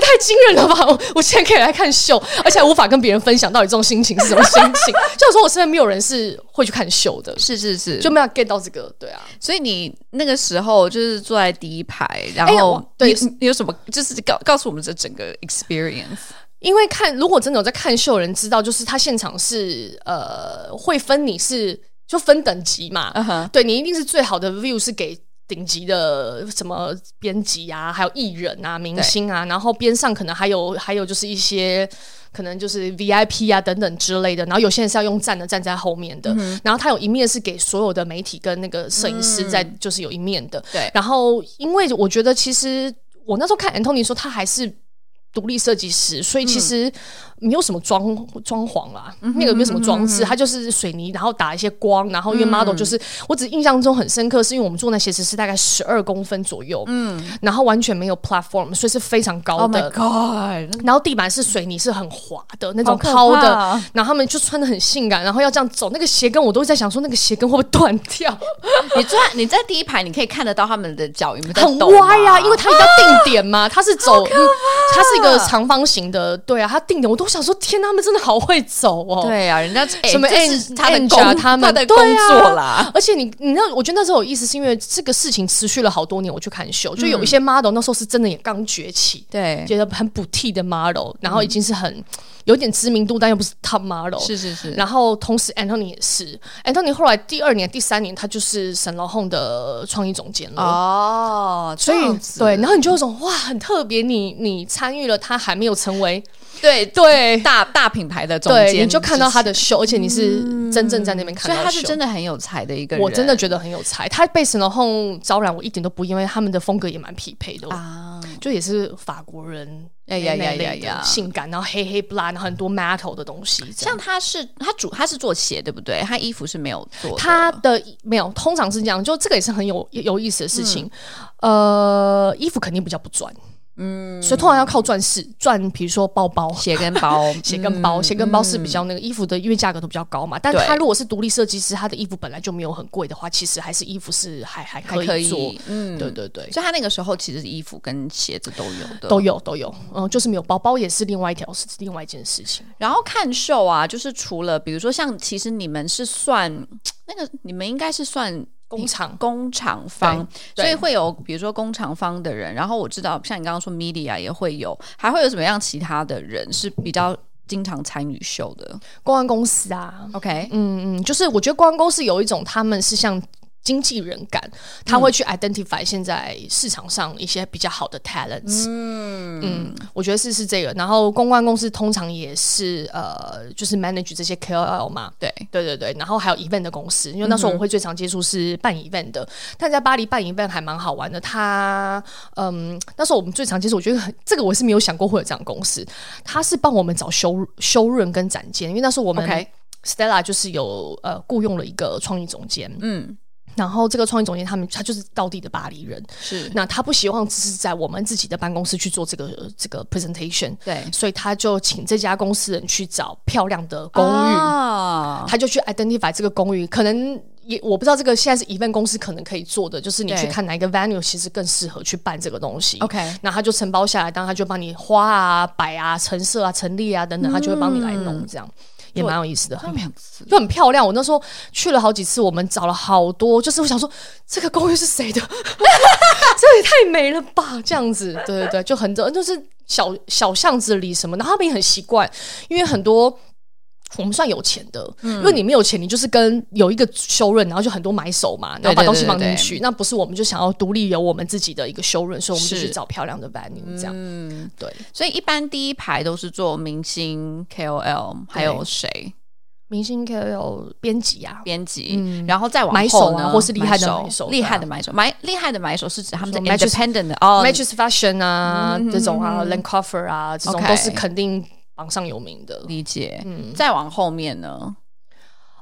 Speaker 2: 太惊人了吧！我我现在可以来看秀，而且还无法跟别人分享到底这种心情是什么 心情。就我说我身边没有人是会去看秀的，
Speaker 1: 是是是，
Speaker 2: 就没有 get 到这个，对啊。
Speaker 1: 所以你那个时候就是坐在第一排，然
Speaker 2: 哎
Speaker 1: 后
Speaker 2: 我对
Speaker 1: 你你有什么就是告告诉我们这整个 experience
Speaker 2: 因为看，如果真的有在看秀的人知道，就是他现场是呃会分你是就分等级嘛对你一定是最好的 view 是给顶级的什么编辑啊，还有艺人啊、明星啊，然后边上可能还有还有就是一些可能就是 VIP 啊等等之类的，然后有些人是要用站的站在后面的，然后他有一面是给所有的媒体跟那个摄影师在、就是有一面的，
Speaker 1: 对
Speaker 2: 然后因为我觉得其实我那时候看 Antony 说他还是。独立设计师，所以
Speaker 1: 嗯
Speaker 2: 其实没有什么装装潢啦，那个没有什么装
Speaker 1: 嗯
Speaker 2: 置，它就是水泥，然后打一些光，然后因为 model 就是，我只印象中很深刻，是因为我们坐那鞋子是大概十二公分左右，嗯，然后完全没有 platform，所以是非常高
Speaker 1: ？Oh
Speaker 2: 的
Speaker 1: my god！
Speaker 2: 然后地板是水泥，是很滑的那种
Speaker 1: 好可
Speaker 2: 抛的
Speaker 1: 怕，
Speaker 2: 然后他们就穿的很性感，然后要这样走，那个鞋跟我都在想说那个鞋跟会不会断掉，
Speaker 1: 你坐在你在第一排，你可以看得到他们的脚有没有在啊
Speaker 2: 很
Speaker 1: 抖吗啊
Speaker 2: 歪呀、因为它一定要定点嘛，它是走，嗯它是一个长方形的，对啊，它定点，我都想说天哪，他们真的好会走哦，。
Speaker 1: 对啊，人家哎
Speaker 2: 什么
Speaker 1: 这是
Speaker 2: Ange-
Speaker 1: 他的
Speaker 2: Ange 啊
Speaker 1: 工
Speaker 2: 他们
Speaker 1: 的工
Speaker 2: 对啊
Speaker 1: 作啦，
Speaker 2: 而且你，你知道，我觉得那时候有意思，是因为这个事情持续了好多年。我去看秀，就有一些 model 那时候是真的也刚崛起，
Speaker 1: 嗯对
Speaker 2: 觉得很不替的 model，然后已经是很有点知名度，但又不是 top model，
Speaker 1: 是是是，
Speaker 2: 然后同时 Anthony 也是，Anthony 后来第二年、第三年，他就是沈龙宏的创意总监了。
Speaker 1: 哦，
Speaker 2: 所以
Speaker 1: 这样子
Speaker 2: 对，然后你就有一种哇，很特别，你你参与了他还没有成为
Speaker 1: 对
Speaker 2: 对
Speaker 1: 大大品牌的总
Speaker 2: 对，
Speaker 1: 监，
Speaker 2: 你就嗯看到他的秀，而且你是真正在那边看
Speaker 1: 所
Speaker 2: 到
Speaker 1: 以
Speaker 2: 秀，
Speaker 1: 他是真的很有才的一个人，
Speaker 2: 我真的觉得很有才。他被沈龙宏招揽，我一点都不意外，因为他们的风格也蛮匹配的，
Speaker 1: 啊，
Speaker 2: 就也是法国人，
Speaker 1: 呀呀呀呀
Speaker 2: 那类的
Speaker 1: 呀
Speaker 2: 性感，然后黑黑不拉，然后很多 metal 的东西，这样。
Speaker 1: 像他是他主他是做鞋对不对？他衣服是没有做的，
Speaker 2: 他的没有，通常是这样，就这个也是很有有意思的事情。呃，衣服肯定比较不赚，嗯，所以通常要靠赚是赚，比如说包包。
Speaker 1: 鞋跟 包嗯
Speaker 2: 鞋跟包，鞋跟包是比较那个衣服的，因为价格都比较高嘛。但
Speaker 1: 对
Speaker 2: 他如果是独立设计师，他的衣服本来就没有很贵的话，其实还是衣服是还还
Speaker 1: 还可
Speaker 2: 以做
Speaker 1: 以。，嗯，
Speaker 2: 对对对，
Speaker 1: 所以他那个时候其实衣服跟鞋子都有的，
Speaker 2: 都有都有，嗯，就是没有包包也是另外一条是另外一件事情。
Speaker 1: 然后看秀啊，就是除了比如说像，其实你们是算那个，你们应该是算
Speaker 2: 工厂
Speaker 1: 工厂方，
Speaker 2: 对
Speaker 1: 所以会有比如说工厂方的人。然后我知道，像你刚刚说 media 也会有，还会有什么样其他的人是比较经常参与秀的
Speaker 2: 公关公司啊，
Speaker 1: ？OK，
Speaker 2: 嗯嗯，就是我觉得公关公司有一种他们是像经纪人感，他会去 identify 现在市场上一些比较好的 talents。嗯我觉得是是这个。然后公关公司通常也是呃，就是 manage 这些 KOL 嘛。
Speaker 1: 对，
Speaker 2: 对对对，然后还有 event 的公司，因为那
Speaker 1: 嗯
Speaker 2: 时候我会最常接触是办 event 的，但在巴黎办 event 还蛮好玩的。他嗯，那时候我们最常接触，我觉得很这个我是没有想过会有这样的公司，他是帮我们找修修润跟展间，因为那时候我们
Speaker 1: OK
Speaker 2: Stella 就是有呃雇佣了一个创意总监，
Speaker 1: 嗯，
Speaker 2: 然后这个创意总监他们他就是当地的巴黎人，
Speaker 1: 是，
Speaker 2: 那他不希望只是在我们自己的办公室去做这个这个 presentation，
Speaker 1: 对，
Speaker 2: 所以他就请这家公司人去找漂亮的公寓。
Speaker 1: 啊
Speaker 2: 他就去 identify 这个公寓，可能也我不知道这个现在是 event 公司可能可以做的，就是你
Speaker 1: 对
Speaker 2: 去看哪一个 venue 其实更适合去办这个东西。
Speaker 1: OK
Speaker 2: 那他就承包下来，当然他就帮你花啊、摆啊、陈设啊、陈列啊等等，他就会帮你来
Speaker 1: 嗯
Speaker 2: 弄，这样、也蛮有意思的，很
Speaker 1: 两
Speaker 2: 就很漂亮。我那时候去了好几次，我们找了好多，就是我想说这个公寓是谁的？ 这也太美了吧！这样子，对对对，就很就是小小巷子里什么，然后他们也很习惯，因为很多。我们算有钱的，
Speaker 1: 嗯
Speaker 2: 因为你没有钱，你就是跟有一个修润，然后就很多买手嘛，然后
Speaker 1: 对
Speaker 2: 把
Speaker 1: 对
Speaker 2: 东西
Speaker 1: 对
Speaker 2: 放进
Speaker 1: 对
Speaker 2: 去。那不是我们就想要独立有我们自己的一个修润，所以我们就是去找漂亮的 venue 这样。
Speaker 1: 嗯，
Speaker 2: 对，
Speaker 1: 所以一般第一排都是做明星 KOL，还有谁
Speaker 2: 明星 KOL 编辑啊，
Speaker 1: 编辑
Speaker 2: 嗯，
Speaker 1: 然后再往
Speaker 2: 买手
Speaker 1: 后
Speaker 2: 啊
Speaker 1: 呢，
Speaker 2: 或是厉害的
Speaker 1: 买
Speaker 2: 买手
Speaker 1: 厉害
Speaker 2: 对
Speaker 1: 的买手，买厉害的买手是指他们的
Speaker 2: 说 Matches-
Speaker 1: independent 的哦
Speaker 2: Matches Fashion 啊、
Speaker 1: 嗯
Speaker 2: 这种啊、l a n c o f f e r 啊这种
Speaker 1: OK
Speaker 2: 都是肯定榜上有名的。
Speaker 1: 理解。
Speaker 2: 嗯
Speaker 1: 再往后面呢，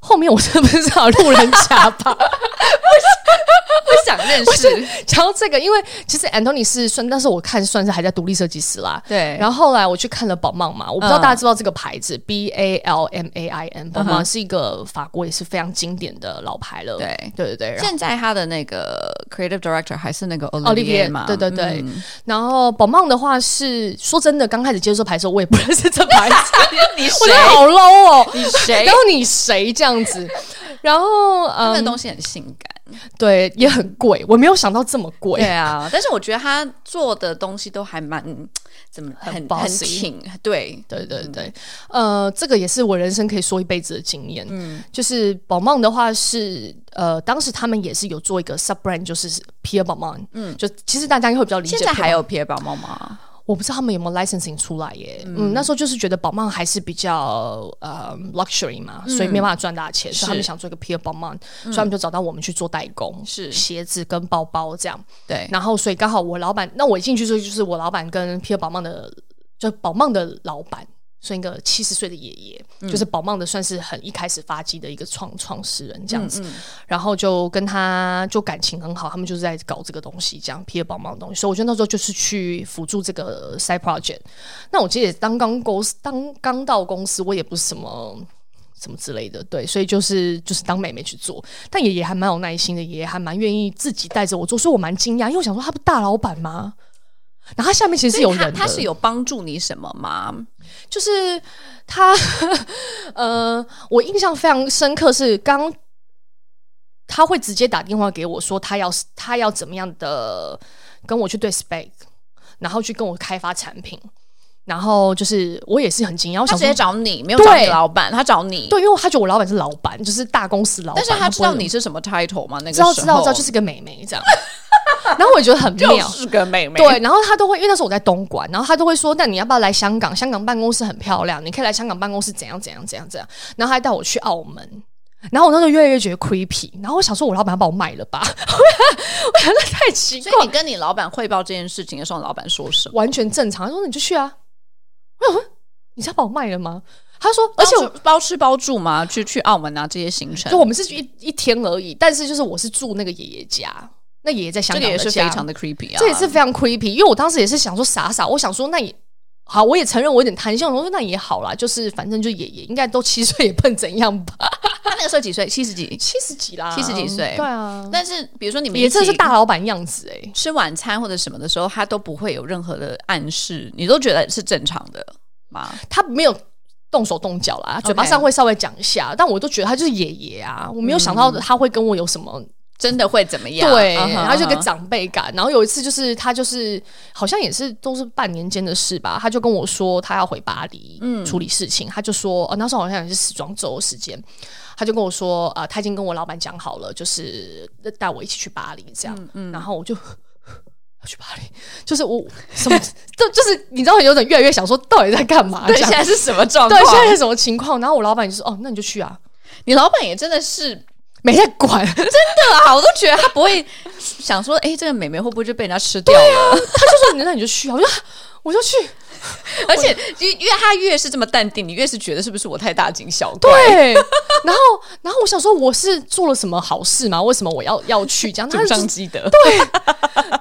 Speaker 2: 后面我是不是找路人甲吧？
Speaker 1: 不想 认识，
Speaker 2: 讲到这个，因为其实 Anthony 是算，但是我看算是还在独立设计师啦。
Speaker 1: 对，
Speaker 2: 然后后来我去看了宝曼嘛，我不知道
Speaker 1: 嗯
Speaker 2: 大家知不知道这个牌子、B A L M A I N，宝曼是一个法国也是非常经典的老牌了。
Speaker 1: 对
Speaker 2: 对对对，然后
Speaker 1: 现在他的那个 creative director 还是那个
Speaker 2: Olivier，
Speaker 1: Olivier 嘛，
Speaker 2: 对对对
Speaker 1: 嗯
Speaker 2: 然后宝曼的话是说真的，刚开始接触牌的时候，我也不认识这牌子，
Speaker 1: 你
Speaker 2: 我
Speaker 1: 谁
Speaker 2: 觉得？好 low 哦。
Speaker 1: 你谁
Speaker 2: 然？后你谁这样子？然后
Speaker 1: 他
Speaker 2: 呃
Speaker 1: 们，的东西很性
Speaker 2: 嗯
Speaker 1: 感，
Speaker 2: 对，也很贵，我没有想到这么贵。
Speaker 1: 对啊，但是我觉得他做的东西都还蛮怎么很很
Speaker 2: bossy
Speaker 1: 挺，对，
Speaker 2: 对对对，呃，这个也是我人生可以说一辈子的经验。嗯，就是宝曼的话是，呃，当时他们也是有做一个 sub brand，就是 Pierre Balmain。嗯，就其实大家应该会比较理解。
Speaker 1: 现在还，有皮尔宝猫吗？
Speaker 2: 我不知道他们有没有 licensing 出来耶。嗯，那时候就是觉得宝曼还是比较呃 luxury 嘛，所以没办法赚大钱，所以他们
Speaker 1: 嗯是嗯
Speaker 2: 想做一个 Pierre Balmain，、所以他们就找到我们去做代工，
Speaker 1: 是
Speaker 2: 鞋子跟包包这样。
Speaker 1: 对，
Speaker 2: 然后所以刚好我老板，那我一进去之后就是我老板跟皮尔宝曼的，就宝曼的老板，算一个七十岁的爷爷，就是宝曼的算是很一开始发迹的一个创创始人这样子。然后就跟他就感情很好，他们就是在搞这个东西，这样皮尔宝曼的东西。所以我觉得那时候就是去辅助这个 side project。那我记得也当刚公司当刚到公司，我也不是什么。什么之类的，对，所以就是就是当妹妹去做，但爷爷还蛮有耐心的，爷爷还蛮愿意自己带着我做，所以我蛮惊讶，因为我想说他不大老板吗？然后他下面其实是有
Speaker 1: 所以
Speaker 2: 人的，
Speaker 1: 他他是有帮助你什么吗？
Speaker 2: 就是他， 呃，我印象非常深刻是刚他会直接打电话给我说他要他要怎么样的跟我去对 spec，然后去跟我开发产品，然后就是我也是很惊讶，我
Speaker 1: 他
Speaker 2: 想
Speaker 1: 直接
Speaker 2: 说
Speaker 1: 找你，没有找
Speaker 2: 对
Speaker 1: 你老板，他找你。
Speaker 2: 对，因为他觉得我老板是老板，就是大公司老板，
Speaker 1: 但是他知
Speaker 2: 不会
Speaker 1: 道
Speaker 2: 有
Speaker 1: 你是什么 title 吗？那个
Speaker 2: 知道知道知道就是是个美眉这样， 然后我也觉得很
Speaker 1: 就
Speaker 2: 妙。
Speaker 1: 是个妹妹，
Speaker 2: 对，然后他都会，因为那时候我在东莞，然后他都会说，那你要不要来香港？香港办公室很漂亮，你可以来香港办公室怎样怎样怎样怎样。然后他还带我去澳门，然后我那时候越来越觉得 creepy，然后我想说，我老板要把我卖了吧？我想这太奇怪
Speaker 1: 所，以你跟你老板汇报这件事情的时候，老板说什么？
Speaker 2: 完全正常。他说你就去啊，我想说你是要把我卖了吗？他说，而且
Speaker 1: 包
Speaker 2: 我
Speaker 1: 吃包吃包住吗？去去澳门啊这些行程，
Speaker 2: 就我们是去一一天而已，但是就是我是住那个爷爷家，那爷爷在香
Speaker 1: 这
Speaker 2: 港
Speaker 1: 个也
Speaker 2: 的
Speaker 1: 是
Speaker 2: 家
Speaker 1: 非常的 creepy 啊，
Speaker 2: 这也是非常 creepy，因为我当时也是想说傻傻，我想说那也好，我也承认我有点贪心，我说那也好啦，就是反正就也也应该都七岁也不能怎样吧，
Speaker 1: 他那个时候几岁？七十几。
Speaker 2: 七十几啦，
Speaker 1: 70几岁
Speaker 2: 对啊，
Speaker 1: 但是比如说你们
Speaker 2: 也真
Speaker 1: 这
Speaker 2: 的是大老板样子哎、
Speaker 1: 吃晚餐或者什么的时候，他都不会有任何的暗示，你都觉得是正常的吗？
Speaker 2: 他没有。动手动脚啦，嘴巴
Speaker 1: OK
Speaker 2: 上会稍微讲一下但我都觉得他就是爷爷啊，我没有想到他会跟我有什么、
Speaker 1: 真的会怎么样？
Speaker 2: 对，
Speaker 1: 嗯哼
Speaker 2: 然后就有
Speaker 1: 嗯
Speaker 2: 个
Speaker 1: 哼
Speaker 2: 长辈感。然后有一次就是他就是好像也是都是半年间的事吧，他就跟我说他要回巴黎
Speaker 1: 嗯
Speaker 2: 处理事情，他就说呃那时候好像也是时装周的时间，他就跟我说啊、呃他已经跟我老板讲好了，就是带我一起去巴黎这
Speaker 1: 嗯
Speaker 2: 样，然后我就。要去巴黎，就是我什么，就就是你知道，有点越来越想说，到底在干嘛？
Speaker 1: 对，
Speaker 2: 这样
Speaker 1: 现在是什么状
Speaker 2: 对
Speaker 1: 况？
Speaker 2: 现在是什么情况？然后我老板就说：“哦，那你就去啊，
Speaker 1: 你老板也真的是
Speaker 2: 没在管。”
Speaker 1: 对啊，我都觉得他不会想说，哎、这个美眉会不会就被人家吃掉了？
Speaker 2: 他就说：“那你就去啊。”我就我就去，
Speaker 1: 而且越越他越是这么淡定，你越是觉得是不是我太大惊小怪？
Speaker 2: 对，啊 然后然后我想说我是做了什么好事吗？为什么我要要 去这样？他
Speaker 1: 主
Speaker 2: 就
Speaker 1: 张
Speaker 2: 是
Speaker 1: 积德，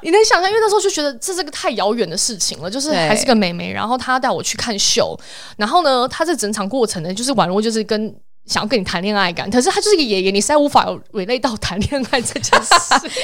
Speaker 2: 你能想象，因为那时候就觉得这是个太遥远的事情了，就是
Speaker 1: 对
Speaker 2: 还是个妹妹，然后她带我去看秀，然后呢，她这整场过程呢，就是宛如就是跟。想要跟你谈恋爱感，可是他就是一个爷爷，你实在无法 relate 到谈恋爱这件事。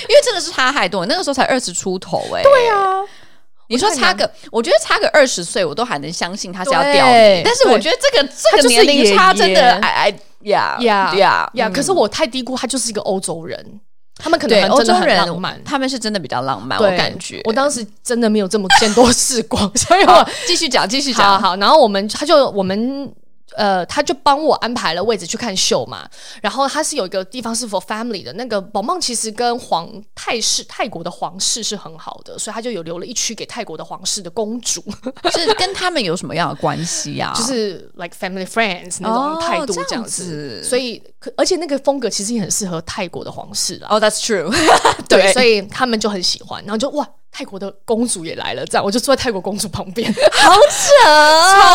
Speaker 1: 因为真的是差太多，那个时候才二十出头哎、 对啊， 你说差个，我觉得差个二十岁，我都还能相信他是要
Speaker 2: 对
Speaker 1: 屌你，但是
Speaker 2: 对
Speaker 1: 我觉得这个
Speaker 2: 他
Speaker 1: 这
Speaker 2: 就
Speaker 1: 个
Speaker 2: 是
Speaker 1: 年龄差真
Speaker 2: 爷爷
Speaker 1: 的，哎哎呀
Speaker 2: 呀
Speaker 1: 呀
Speaker 2: 呀、可是我太低估他就是一个欧洲人，他们可
Speaker 1: 嗯
Speaker 2: 能
Speaker 1: 对
Speaker 2: 很
Speaker 1: 欧
Speaker 2: 真的
Speaker 1: 洲
Speaker 2: 很
Speaker 1: 人
Speaker 2: 浪漫。
Speaker 1: 他们是真的比较浪漫，我哦
Speaker 2: 对
Speaker 1: 感觉。
Speaker 2: 我当时真的没有这么见多识广，所以我
Speaker 1: 继续讲，继续
Speaker 2: 好
Speaker 1: 讲，
Speaker 2: 好，然后我们他就我们呃，他就帮我安排了位置去看秀嘛。然后他是有一个地方是 for family 的，那个宝梦其实跟皇泰式泰国的皇室是很好的，所以他就有留了一区给泰国的皇室的公主，
Speaker 1: 是跟他们有什么样的关系呀、
Speaker 2: 就是 like family friends 那种态度
Speaker 1: 啊哦
Speaker 2: 这
Speaker 1: 这
Speaker 2: 样
Speaker 1: 样
Speaker 2: 子。
Speaker 1: 子
Speaker 2: 所以可而且那个风格其实也很适合泰国的皇室啦。
Speaker 1: 哦、t h a t s true，
Speaker 2: 对，
Speaker 1: 对
Speaker 2: 所以他们就很喜欢，然后就哇，泰国的公主也来了，这样我就坐在泰国公主旁边，
Speaker 1: 好扯，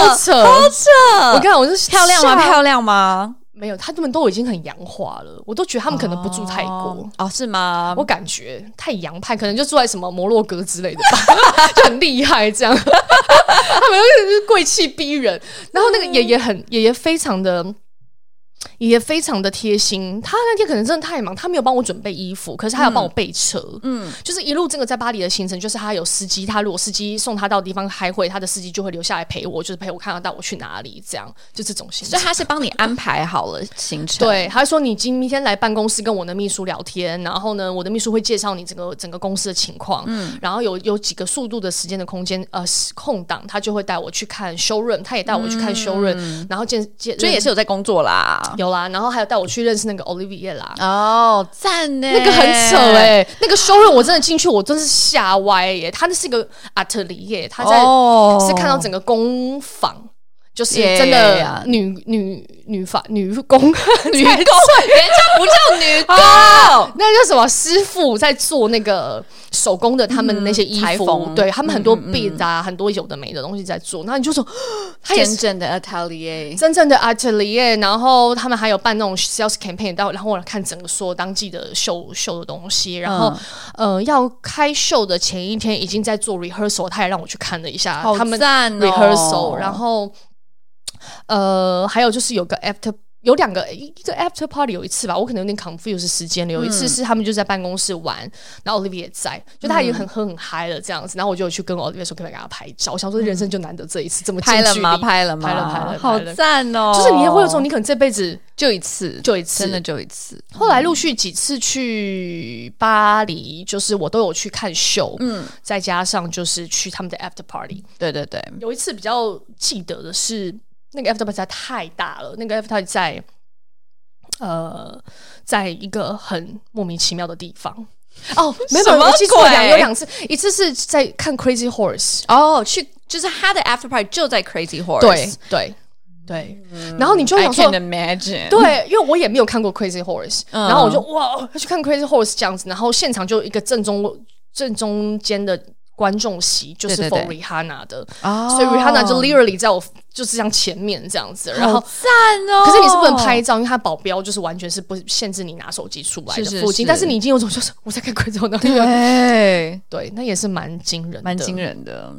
Speaker 2: 超扯，好扯！ 我看我就是
Speaker 1: 漂亮吗？
Speaker 2: 吓
Speaker 1: 漂亮吗？
Speaker 2: 没有，他们都已经很洋化了，我都觉得他们可能不住泰国。
Speaker 1: 哦哦，是吗？
Speaker 2: 我感觉太洋派，可能就住在什么摩洛哥之类的吧， 就很厉害这样。他们就是贵气逼人，然后那个爷爷很爷爷非常的爷爷非常的贴心。他那天可能真的太忙，他没有帮我准备衣服，可是他要帮我备车。嗯，就是一路这个在巴黎的行程，就是他有司机，他如果司机送他到地方开会，他的司机就会留下来陪我，就是陪我看得到我去哪里，这样就这种行
Speaker 1: 所以。
Speaker 2: 程
Speaker 1: 他是帮你安排好了行程，
Speaker 2: 对，他说你今天来办公室跟我的秘书聊天，然后呢，我的秘书会介绍你整个整个公司的情况，
Speaker 1: 嗯
Speaker 2: 然后有有几个速度的时间的空间呃时空档，他就会带我去看 showroom，他也带我去看 showroom，、然后见见
Speaker 1: 嗯所以也是有在工作啦。
Speaker 2: 有啦，然后还有带我去认识那个 Olivia 啦。
Speaker 1: 哦，赞呢，
Speaker 2: 那个很扯 哎、那个 showroom 我真的进去，我真是吓歪耶、他那是一个 atelier，他在、
Speaker 1: 哦
Speaker 2: 是看到整个工坊，就是
Speaker 1: 耶
Speaker 2: 真的
Speaker 1: 呀
Speaker 2: 女女女法女工
Speaker 1: 女工，人家不叫女工，
Speaker 2: 那叫什么师傅在做那个手工的，他们那些衣
Speaker 1: 裁
Speaker 2: 服，
Speaker 1: 缝嗯
Speaker 2: 对他们很多 beads 啊，很多有的没的东西在做。那你就说， 他也
Speaker 1: 真
Speaker 2: 是
Speaker 1: 正的 atelier，
Speaker 2: 真正的 atelier，然后他们还有办那种 sales campaign，到然后我看整个所有当季的秀秀的东西，然后、
Speaker 1: 嗯
Speaker 2: 呃要开秀的前一天已经在做 rehearsal，他也让我去看了一下
Speaker 1: 好
Speaker 2: 他们
Speaker 1: 赞哦
Speaker 2: rehearsal，然后呃，还有就是有个 after。有两个，一一个 after party 有一次吧，我可能有点 confuse 时间了。
Speaker 1: 嗯
Speaker 2: 有一次是他们就在办公室玩，然后 Olivia 也在，就他
Speaker 1: 嗯
Speaker 2: 已经很喝很嗨了这样子。然后我就有去跟 Olivia 说，可不可以给他拍照？我想说人生就难得这一次，这么近
Speaker 1: 拍了
Speaker 2: 距
Speaker 1: 吗？
Speaker 2: 离
Speaker 1: 拍了吗？
Speaker 2: 拍了拍了拍了
Speaker 1: 好赞哦！
Speaker 2: 就是你也会有种，你可能这辈子
Speaker 1: 就一次，
Speaker 2: 就一次
Speaker 1: 真的。就一次，
Speaker 2: 后来陆续几次去巴黎，就是我都有去看秀，嗯，再加上就是去他们的 after party。
Speaker 1: 对对对，
Speaker 2: 有一次比较记得的是，那个 after party 实在太大了，那个 after party 在呃，在一个很莫名其妙的地方。哦，没有，
Speaker 1: 什么
Speaker 2: 我记错了两
Speaker 1: 鬼
Speaker 2: 有两次，一次是在看 Crazy Horse，
Speaker 1: 哦，去就是他的 after party 就在 Crazy Horse，
Speaker 2: 对对对，然后你就
Speaker 1: 嗯，I
Speaker 2: 想说
Speaker 1: can，imagine，
Speaker 2: 对，因为我也没有看过 Crazy Horse，、
Speaker 1: 嗯
Speaker 2: 然后我就哇要去看 Crazy Horse 这样子，然后现场就一个正中正中间的观众席就是
Speaker 1: 对
Speaker 2: for
Speaker 1: 对
Speaker 2: Rihanna 的，
Speaker 1: 哦，
Speaker 2: 所以 Rihanna 就 literally 在我就是这样前面这样子，然后
Speaker 1: 好。赞哦！
Speaker 2: 可是你是不能拍照，因为它保镖就是完全是不限制你拿手机出来的
Speaker 1: 是
Speaker 2: 附近，
Speaker 1: 是是
Speaker 2: 但是你已经有种就是我在看 Crazy Horse，那个
Speaker 1: 对，啊
Speaker 2: 对，那也是蛮惊人的，
Speaker 1: 蛮惊人的。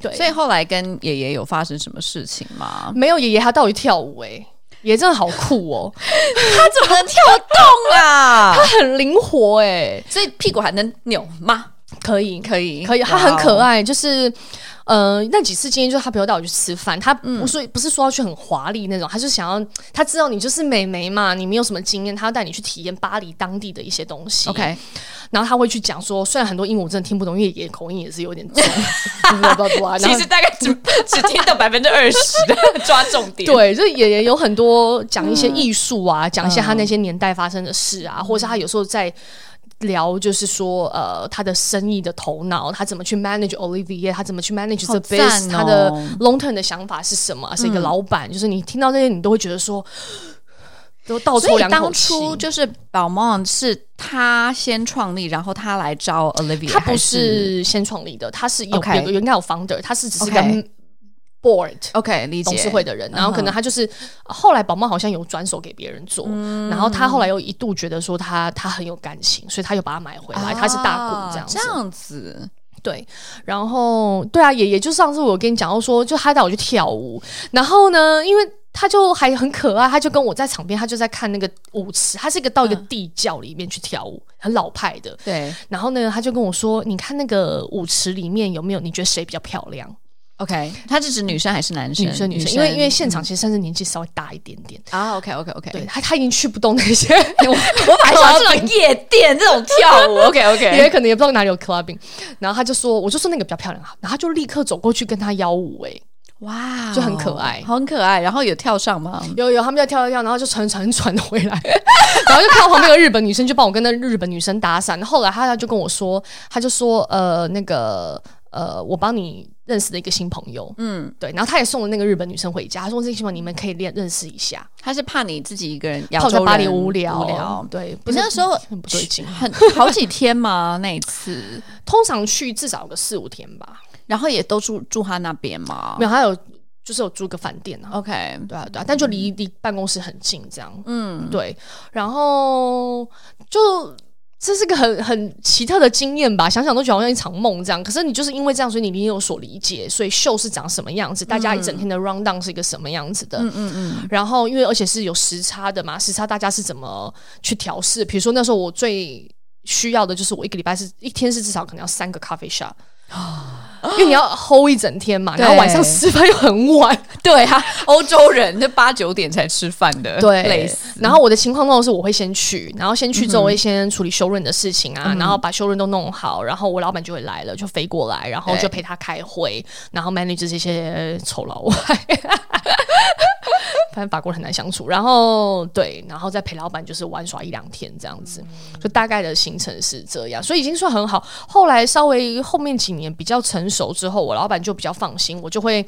Speaker 2: 对，
Speaker 1: 所以后来跟爷爷有发生什么事情吗？
Speaker 2: 没有爷爷他到底跳舞哎、欸，爷爷真的好 酷哦，
Speaker 1: 他怎么能跳动啊？
Speaker 2: 他很灵活哎、
Speaker 1: 所以屁股还能扭吗？
Speaker 2: 可以
Speaker 1: 可以，哦
Speaker 2: 可以，他很可。爱，就是。呃，那几次经验就是他朋友带我去吃饭，他
Speaker 1: 嗯
Speaker 2: 不是、不是说要去很华丽那种，他就想要他知道你就是美眉嘛，你没有什么经验，他要带你去体验巴黎当地的一些东西。
Speaker 1: OK，
Speaker 2: 然后他会去讲说，虽然很多英文我真的听不懂，因为也口音也是 有点重，blah blah blah，然后
Speaker 1: 大概只 只听到百分之二十， 抓重点。
Speaker 2: 对，就是也也有很多讲一些艺术啊，讲、一
Speaker 1: 嗯
Speaker 2: 些他那些年代发生的事啊，或者是他有时候在。聊就是说，呃，他的生意的头脑，他怎么去 manage Olivier，他怎么去 manage 这
Speaker 1: 好
Speaker 2: b
Speaker 1: 赞
Speaker 2: u s
Speaker 1: 哦嗯
Speaker 2: 他的 long term 的想法是什么？是一个老板，就是你听到这些，你都会觉得说， 都倒抽
Speaker 1: 所以
Speaker 2: 两口
Speaker 1: 当
Speaker 2: 气。
Speaker 1: 初就是宝梦是他先创立，然后他来招 Olivia，
Speaker 2: 他不
Speaker 1: 还
Speaker 2: 是先创立的，他是有
Speaker 1: OK
Speaker 2: 有个应该有 founder，他是只是一个
Speaker 1: OK
Speaker 2: board。
Speaker 1: OK 理解
Speaker 2: 董事会的人，然后可能他就是、呃后来宝妈好像有转手给别人做，然后他后来又一度觉得说他他很有感情，所以他又把它买回来，他是大股啊这样子。
Speaker 1: 啊这样子
Speaker 2: 对，然后对啊，也也就上次我有跟你讲到说，就他带我去跳舞，然后呢，因为。他就还很可爱，他就跟我在场边，他就在看那个舞池，他是一个到一个地窖里面去跳舞，很老派的。
Speaker 1: 对
Speaker 2: 然后呢，他就跟我说：“你看那个舞池里面有没有？你觉得谁比较漂亮？
Speaker 1: ，OK，他是指女生还是男生？
Speaker 2: 女生，女生，因为因为现场其实算是年纪稍微大一点点，
Speaker 1: 啊，OK，OK，OK，
Speaker 2: 对他他已经去不动那些，
Speaker 1: 我我本来想这种夜店这种跳舞
Speaker 2: 也
Speaker 1: ，OK，OK，
Speaker 2: 可能也不知道哪里有 clubbing。然后他就说：“我就说那个比较漂亮啊。”然后他就立刻走过去跟他邀舞、欸，
Speaker 1: 哇，哦
Speaker 2: 就很可爱
Speaker 1: 很可爱。然后有跳上吗？
Speaker 2: 有有，他们在跳跳跳，然后就传传传回来， 然后就看到旁边有个日本女生，就帮我跟那日本女生搭讪。后来他就跟我说，他就说呃那个呃，我帮你认识了一个新朋友，嗯，对，然后他也送了那个日本女生回家，他说这个新朋友你们可以练认识一下，
Speaker 1: 他是怕你自己一个人
Speaker 2: 泡
Speaker 1: 亚
Speaker 2: 在
Speaker 1: 洲
Speaker 2: 巴黎
Speaker 1: 人
Speaker 2: 无聊，
Speaker 1: 无聊。
Speaker 2: 对，
Speaker 1: 你
Speaker 2: 不是
Speaker 1: 那时候
Speaker 2: 很不对劲，
Speaker 1: 很好几天吗？那一次，
Speaker 2: 通常去至少有个四五天吧，
Speaker 1: 然后也都住住他那边吗
Speaker 2: 没有，他有就是有租个饭店啊，
Speaker 1: ？OK，
Speaker 2: 对啊，对啊，但就离离办公室很近，这样，嗯，对。然后就这是个很很奇特的经验吧，想想都觉得好像一场梦这样。可是你就是因为这样，所以你你有所理解，所以秀是长什么样子，大家一整天的 round down 是一个什么样子的，嗯嗯嗯。然后因为而且是有时差的嘛，时差大家是怎么去调试？比如说那时候我最需要的就是我一个礼拜是一天是至少可能要三个咖啡 shop。因为你要 hold 一整天嘛，然后晚上
Speaker 1: 对
Speaker 2: 吃饭又很晚，
Speaker 1: 对啊，欧洲人那八九点才吃饭的，
Speaker 2: 对，
Speaker 1: 累死。
Speaker 2: 然后我的情况都是我会先去，然后先去之后我会先处理修润的事情
Speaker 1: 嗯
Speaker 2: 啊，然后把修润都弄好，然后我老板就会来了，就飞过来，然后
Speaker 1: 对
Speaker 2: 就陪他开会，然后 manage 这些丑老外。 反正法国人很难相处，然后对，然后再陪老板就是玩耍一两天这样子，
Speaker 1: 嗯
Speaker 2: 就大概的行程是这样，所以已经算很好。后来稍微后面几年比较成熟之后，我老板就比较放心，我就会，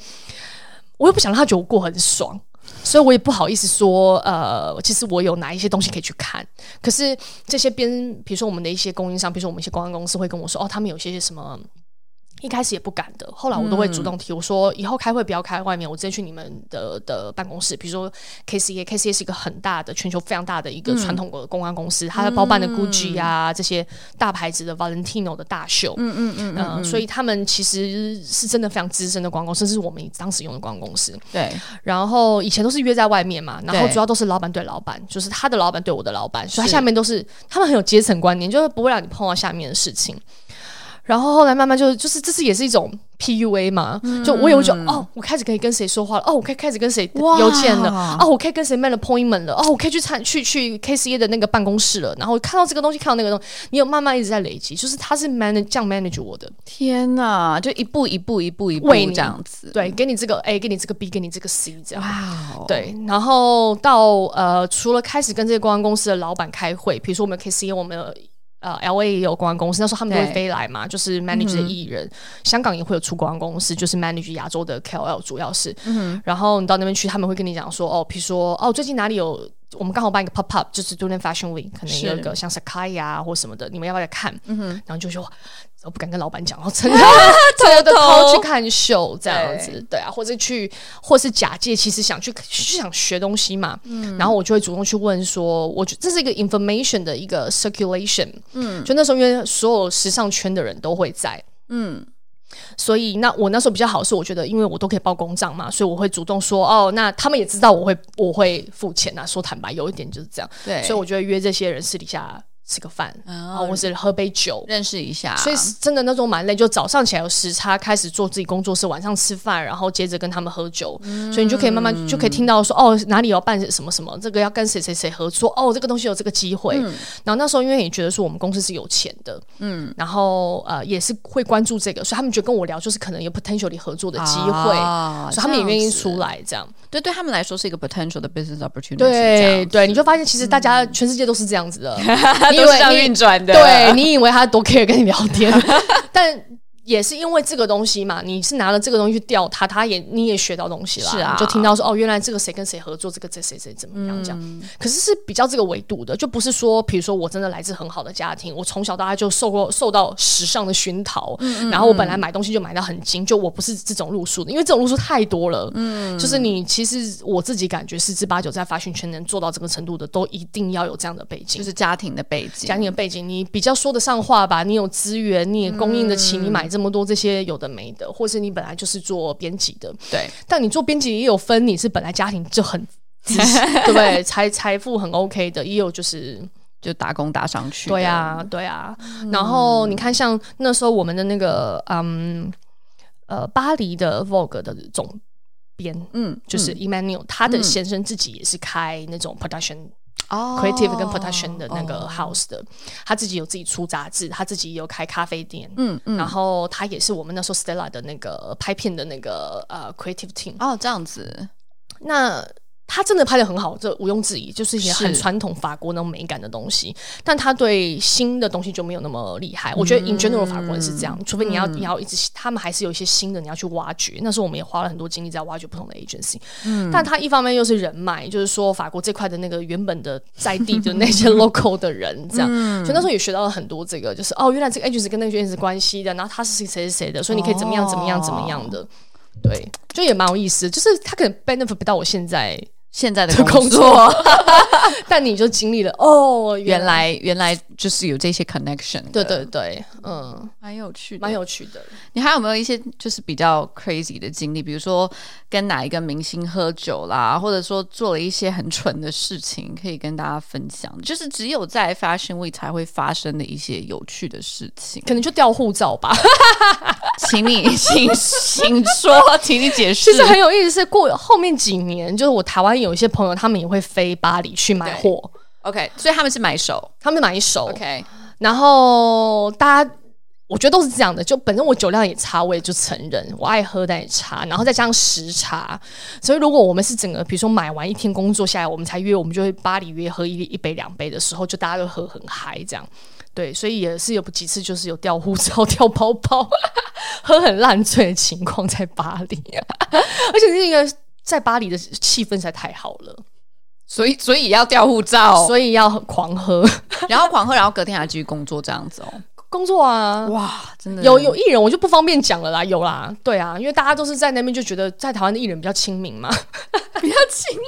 Speaker 2: 我又不想让他觉得我过很爽，所以我也不好意思说，呃，其实我有哪一些东西可以去看。可是这些边，比如说我们的一些供应商，比如说我们一些公关公司会跟我说，哦，他们有一些什么。一开始也不敢的，后来我都会主动提，我说以后开会不要开外面，我直接去你们的的办公室。比如说 KCA，KCA 是一个很大的全球非常大的一个传统的公关公司，它的包办的 GUCCI 啊、这些大牌子的 Valentino 的大秀，嗯嗯嗯呃，所以他们其实是真的非常资深的公关公司，甚至是我们当时用的公关公司。
Speaker 1: 对，
Speaker 2: 然后以前都是约在外面嘛，然后
Speaker 1: 对
Speaker 2: 主要都是老板对老板，就是他的老板对我的老板，所以他
Speaker 1: 是
Speaker 2: 下面都是他们很有阶层观念，就是不会让你碰到下面的事情。然后后来慢慢就就是这是也是一种 PUA 嘛，
Speaker 1: 嗯
Speaker 2: 就我有一种哦，我开始可以跟谁说话了，哦，我可以开始跟谁
Speaker 1: 哇
Speaker 2: 邮件了，哦，我可以跟谁 make appointment 了，哦，我可以去参去去 KCA 的那个办公室了，然后看到这个东西，看到那个东西，你有慢慢一直在累积，就是他是 manage 这样 manage 我的，
Speaker 1: 天哪，就一步一步一步一步
Speaker 2: 为你
Speaker 1: 这样子，
Speaker 2: 对，给你这个 A，给你这个 B，给你这个 C 这样。
Speaker 1: 哇哦，
Speaker 2: 对，然后到呃，除了开始跟这些公关公司的老板开会，比如说我们 KC，我们 E 有呃 LA 也有公关公司，那时候他们都会
Speaker 1: 对嗯
Speaker 2: 飞来嘛，就是 manage 的艺人，香港也会有出公关公司，就是 manage 亚洲的 KOL 主要是，
Speaker 1: 嗯
Speaker 2: 然后你到那边去，他们会跟你讲说，哦，比如说哦，最近哪里有。我们刚好办一个 pop up，就是 Dunan Fashion Week，可能
Speaker 1: 是嗯
Speaker 2: 有一个像 Sakai 啊或什么的，你们要不要来看？然后就说，我不敢跟老板讲，哦然后趁偷
Speaker 1: 偷
Speaker 2: 偷去看秀这样
Speaker 1: 对
Speaker 2: 子，对啊，或者去，或是假借其实想去是想学东西嘛，然后我就会主动去问说，我觉这是一个 information 的一个 circulation，嗯，就那时候因为所有时尚圈的人都会在，嗯所以那我那时候比较好是，我觉得因为我都可以报公账嘛，所以我会主动说哦，那他们也知道我会我会付钱啊。说坦白，有一点就是这样，
Speaker 1: 对，
Speaker 2: 所以我就会约这些人私底下吃个饭啊，
Speaker 1: 哦
Speaker 2: 或是喝杯酒。
Speaker 1: 认识一下，
Speaker 2: 所以是真的那种蛮累，就早上起来有时差，开始做自己工作室，晚上吃饭，然后接着跟他们喝酒，所以你就可以慢慢就可以听到说哦哪里要办什么什么，这个要跟谁谁谁合作，哦这个东西有这个机会。然后那时候因为也觉得说我们公司是有钱的，嗯，然后呃也是会关注这个，所以他们就跟我聊，就是可能有 potentially 合作的机会，
Speaker 1: 啊
Speaker 2: 所以他们也愿意，
Speaker 1: 这样
Speaker 2: 出来这样。
Speaker 1: 子对，对他们来说是一个 potential 的 business opportunity，这
Speaker 2: 对
Speaker 1: 样
Speaker 2: 对，你就发现其实大家全世界都是这样子的，你 以
Speaker 1: 都是
Speaker 2: 为
Speaker 1: 这样
Speaker 2: 你
Speaker 1: 运转的，
Speaker 2: 对你以为他多 care 跟你聊 天，但也是因为这个东西嘛，你是拿了这个东西去钓他，他也你也学到东西啦，
Speaker 1: 是啊
Speaker 2: 你就听到说哦，原来这个谁跟谁合作，这个这谁谁怎么样这样，
Speaker 1: 嗯
Speaker 2: 可是是比较这个维度的，就不是说，比如说我真的来自很好的家庭，我从小到大就受过受到时尚的熏陶，
Speaker 1: 嗯
Speaker 2: 然后我本来买东西就买到很精，就我不是这种路数的，因为这种路数太多了，嗯，就是你其实我自己感觉十之八九在发讯圈能做到这个程度的，都一定要有这样的背景
Speaker 1: 就。是家庭的背景
Speaker 2: 讲，你的背景，你比较说得上话吧？你有资源，你也供应得起，你买这这么多这些有的没的，或是你本来就是做编辑的，
Speaker 1: 对，
Speaker 2: 但你做编辑也有分，你是本来家庭就很自信，对不对？财财富很 OK 的，也有就是
Speaker 1: 就打工打上去。
Speaker 2: 对啊，对啊。然后你看，像那时候我们的那个嗯呃巴黎的 Vogue 的总编。
Speaker 1: 嗯，
Speaker 2: 就是 Emmanuel，、他的先生自己也是开那种 production
Speaker 1: 哦
Speaker 2: creative 跟 production 的那个 house 的，他自己有自己出杂志，他自己也有开咖啡店，
Speaker 1: 嗯嗯，
Speaker 2: 然后他也是我们那时候 Stella 的那个拍片的那个呃 creative team，、
Speaker 1: 哦，这样子，
Speaker 2: 那。他真的拍的很好，这毋庸置疑，就是一些很
Speaker 1: 是
Speaker 2: 传统法国那种美感的东西。但他对新的东西就没有那么厉害。我觉得
Speaker 1: 嗯
Speaker 2: in general 法国人是这样，除非你要、你要一直，他们还是有一些新的你要去挖掘。那时候我们也花了很多精力在挖掘不同的 agency。但他一方面又是人脉，就是说法国这块的那个原本的在地的那些 local 的人，这样，所以那时候也学到了很多这个，就是哦，原来这个 agency 跟那个 agency 是关系的，然后他是谁谁谁的，所以你可以怎么样
Speaker 1: 哦
Speaker 2: 怎么样怎么样的，对，就也蛮有意思。就是他可能 benefit 不到我现在
Speaker 1: 现在的
Speaker 2: 的工
Speaker 1: 工
Speaker 2: 作，但你就经历了哦，
Speaker 1: 原
Speaker 2: 原来
Speaker 1: 来原来就是有这些 connection，的
Speaker 2: 对对，对，嗯，
Speaker 1: 蛮有趣的，
Speaker 2: 蛮有趣的。。
Speaker 1: 你还有没有一些就是比较 crazy 的经历？比如说跟哪一个明星喝酒啦，或者说做了一些很蠢的事情，可以跟大家分享？就是只有在 Fashion Week 才会发生的一些有趣的事情
Speaker 2: 可能就掉护照吧。
Speaker 1: 请你，请请说，请你解释
Speaker 2: 其。实很有意思，是过后面几年，就是我台湾有一些朋友，他们也会飞巴黎去买
Speaker 1: 对
Speaker 2: 货，
Speaker 1: OK，所以他们是买手。
Speaker 2: 他们买一手
Speaker 1: OK，
Speaker 2: 然后大家。我觉得都是这样的，就本身我酒量也差，我也就承认我爱喝但也差，然后再加上时差，所以如果我们是整个，比如说买完一天工作下来，我们才约，我们就会巴黎约喝一一杯两杯的时候，就大家都喝很嗨这样，对，所以也是有几次就是有掉护照、 掉包包、喝很烂醉的情况在巴黎、而且那个在巴黎的气氛实在太好了，
Speaker 1: 所以所以要调护照，
Speaker 2: 所以要狂喝
Speaker 1: 然后狂喝，然后隔天还继续工作这样子哦。
Speaker 2: 工作啊，
Speaker 1: 哇，真的
Speaker 2: 有有艺人，我就不方便讲了啦，有啦，对啊，因为大家都是在那边就觉得在台湾的艺人比较亲民嘛，
Speaker 1: 比较亲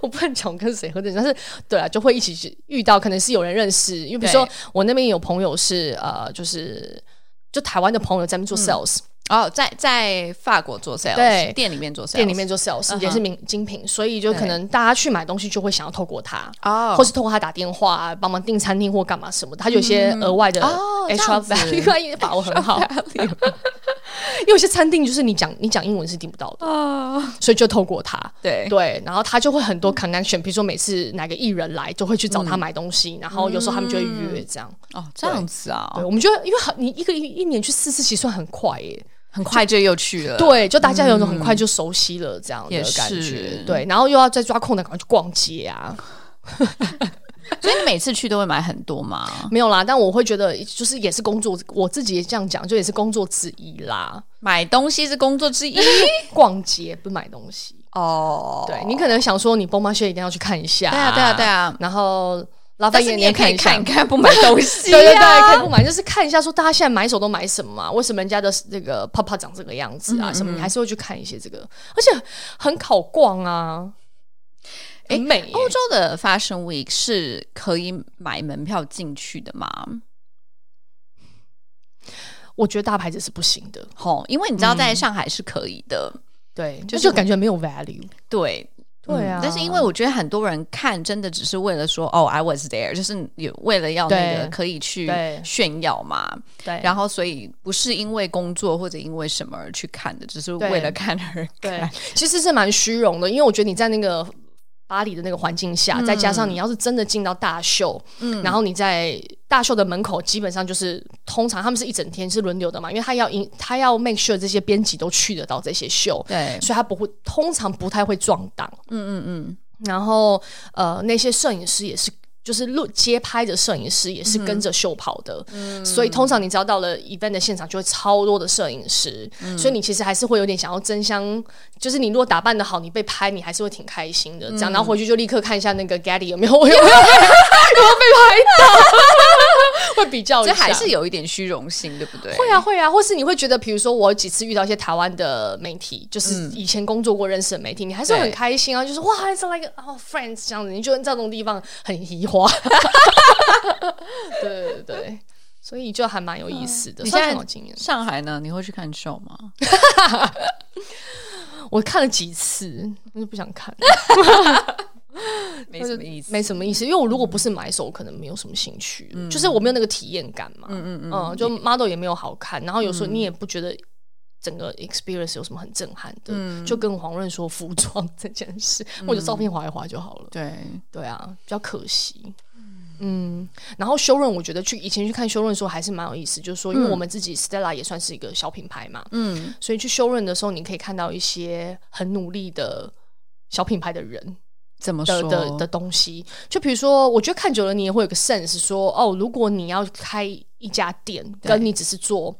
Speaker 2: 我不能讲我跟谁喝的，但是对啊，就会一起去遇到，可能是有人认识，因为比如说
Speaker 1: 对
Speaker 2: 我那边有朋友是呃，就是就台湾的朋友在那边做 sales，、
Speaker 1: 哦，在在法国做 sales，
Speaker 2: 对
Speaker 1: 店里面做 sales，
Speaker 2: 店里面做
Speaker 1: 嗯
Speaker 2: sales、
Speaker 1: 哼
Speaker 2: 也是名精品，所以就可
Speaker 1: 对
Speaker 2: 能大家去买东西就会想要透过他。
Speaker 1: 哦，
Speaker 2: 或是透过他打电话、啊、帮忙订餐厅或干嘛什么的，他有一些额外的
Speaker 1: 哦这
Speaker 2: extra
Speaker 1: 样子
Speaker 2: value，因为法文很 好，因为有些餐厅就是你讲你讲英文是听不到的，
Speaker 1: 啊，
Speaker 2: 所以就透过他。
Speaker 1: 对，
Speaker 2: 对，然后他就会很多 connection，比如说每次哪个艺人来，就会去找他
Speaker 1: 嗯
Speaker 2: 买东西，然后有时候他们就会约这样。
Speaker 1: 哦，这样子啊
Speaker 2: 对，，我们觉得因为很你一个一一年去四次，其实算很快耶。
Speaker 1: 很快就又去了，
Speaker 2: 对，就大家有一种很快就熟悉了这样的
Speaker 1: 嗯也
Speaker 2: 感觉
Speaker 1: 是。
Speaker 2: 对，然后又要再抓空档赶快去逛街啊，
Speaker 1: 所以你每次去都会买很多吗？
Speaker 2: 没有啦。但我会觉得就是也是工作，我自己也这样讲，就也是工作之一啦。
Speaker 1: 买东西是工作之一
Speaker 2: 逛街不买东西，
Speaker 1: 哦，
Speaker 2: 对你可能想说你蹦妈靴一定要去看一下，
Speaker 1: 对啊，对啊，对，啊，
Speaker 2: 然后拉
Speaker 1: 但
Speaker 2: 菲
Speaker 1: 是
Speaker 2: 也
Speaker 1: 你也可以
Speaker 2: 看
Speaker 1: 看一看，不买东 西
Speaker 2: 对对对，
Speaker 1: 啊
Speaker 2: 可以不买，就是看一下说大家现在买手都买什么、啊，为什么人家的那个泡泡长这个样子
Speaker 1: 嗯
Speaker 2: 啊？什么你还是会去看一些这个，而且很好逛啊，
Speaker 1: 诶
Speaker 2: 很美耶、
Speaker 1: 欧洲的 Fashion Week 是可以买门票进去的吗？
Speaker 2: 我觉得大牌子是不行的，
Speaker 1: 吼，因为你知道在上海是可以的，
Speaker 2: 对，
Speaker 1: 就
Speaker 2: 就是是感觉没有 value。
Speaker 1: 对。嗯
Speaker 2: 对啊
Speaker 1: 但是因为我觉得很多人看，真的只是为了说，哦，I was there，就是有为了要那个
Speaker 2: 对
Speaker 1: 可以去
Speaker 2: 对
Speaker 1: 炫耀嘛。
Speaker 2: 对
Speaker 1: 然后所以不是因为工作或者因为什么而去看的，只是
Speaker 2: 对
Speaker 1: 为了看而
Speaker 2: 对
Speaker 1: 看。，
Speaker 2: 其实是蛮虚荣的，因为我觉得你在那个巴黎的那个环境下，再加上你要是真的进到大秀，嗯，然后你在大秀的门口，基本上就是通常他们是一整天是轮流的嘛，因为他要赢，他要 make sure 这些编辑都去得到这些秀，
Speaker 1: 对
Speaker 2: 所以他不会，通常不太会撞档，嗯嗯嗯，然后呃，那些摄影师也是。就是录街拍的摄影师也是跟着秀跑的，
Speaker 1: 嗯
Speaker 2: 所以通常你只要到了 event 的现场，就会超多的摄影师，
Speaker 1: 嗯
Speaker 2: 所以你其实还是会有点想要争相，就是你如果打扮的好，你被拍，你还是会挺开
Speaker 1: 嗯
Speaker 2: 心的。这样，然后回去就立刻看一下那个 Gaddy 有没有有没有有没有被 拍到，会比较一
Speaker 1: 所
Speaker 2: 下。
Speaker 1: 以还是有一点虚荣心，对不对？
Speaker 2: 会啊，会啊，或是你会觉得，比如说我有几次遇到一些台湾的媒体，就是以前工作过认识的媒体，你还是会很
Speaker 1: 嗯对
Speaker 2: 开心啊，就是哇，是 like 哦、friends 这样子，你就在这种地方很移花。对对对，所以就还蛮有意思的，
Speaker 1: 你
Speaker 2: 算
Speaker 1: 现
Speaker 2: 是
Speaker 1: 在
Speaker 2: 蛮有经验的。
Speaker 1: 上海呢？你会去看 show 吗？
Speaker 2: 我看了几次，我就不想看，
Speaker 1: 没什么意思。
Speaker 2: 没什么意思。因为我如果不是买手，我可能没有什么兴趣，
Speaker 1: 嗯
Speaker 2: 就是我没有那个体验感嘛。嗯嗯嗯，就 model 也嗯没有好看，然后有时候你也不觉得。整个 experience 有什么很震撼的？就跟黄润说服装这件事，或者照片划一划就好了。
Speaker 1: 对，
Speaker 2: 对啊，比较可惜。嗯，然后修润，我觉得去以前去看修润的时候还是蛮有意思，就是说，因为我们自己 Stella 也算是一个小品牌嘛，
Speaker 1: 嗯，
Speaker 2: 所以去修润的时候，你可以看到一些很努力的小品牌的人
Speaker 1: 怎么
Speaker 2: 的
Speaker 1: 说
Speaker 2: 的的东西。就比如说，我觉得看久了你也会有个 sense，说哦，如果你要开一家店，
Speaker 1: 对
Speaker 2: 跟你只是做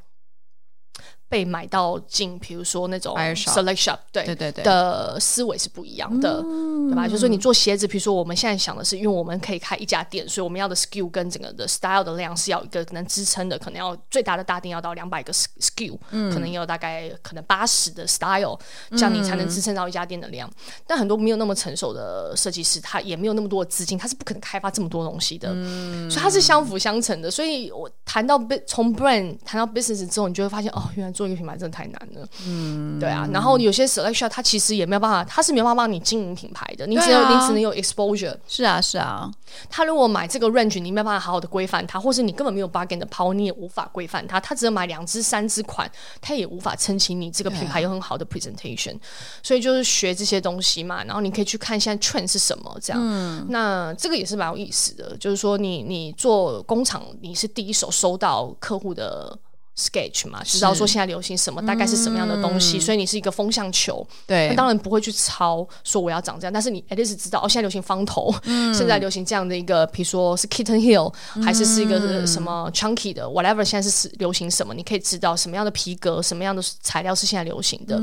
Speaker 2: 被买到进，比如说那种
Speaker 1: Buyer shop
Speaker 2: select shop，对
Speaker 1: 对对对嗯
Speaker 2: 的思维是不一样的，对吧？就是说你做鞋子，比如说我们现在想的是，因为我们可以开一家店，所以我们要的 SKU 跟整个的 style 的量是要一个能支撑的，可能要最大的大店要到两百个 SKU，、可
Speaker 1: 嗯
Speaker 2: 能也有大概可能八十的 style，这样你才
Speaker 1: 嗯
Speaker 2: 能支撑到一家店的量。但很多没有那么成熟的设计师，他也没有那么多的资金，他是不可能开发这么多东西的，
Speaker 1: 嗯
Speaker 2: 所以它是相辅相成的。所以我谈到 bu- 从 brand 谈到 business 之后，你就会发现哦，原来做一个品牌真的太难了。
Speaker 1: 嗯
Speaker 2: 对啊，然后有些 selection 它其实也没有办法，它是没有办法帮你经营品牌的，你只
Speaker 1: 对
Speaker 2: 有、
Speaker 1: 啊
Speaker 2: 你只能有 exposure。
Speaker 1: 是啊是啊，
Speaker 2: 他如果买这个 range，你没有办法好好的规范它，或是你根本没有 bargain 的 power，你也无法规范它。他只有买两支、三支款，他也无法撑起你这个品牌有很好的 presentation。所以就是学这些东西嘛，然后你可以去看现在 trend 是什么这样。那这个也是蛮有意思的，就是说你你做工厂，你是第一手收到客户的。sketch 嘛，知道说现在流行什么，大概是什么样的东西，所以你是一个风向球，
Speaker 1: 对
Speaker 2: 那，当然不会去抄说我要长这样，但是你 at least 知道哦，现在流行方头，现在流行这样的一个，比如说是 kitten heel，还是是一个呃什么 chunky 的 whatever，现在是流行什么，你可以知道什么样的皮革、什么样的材料是现在流行的。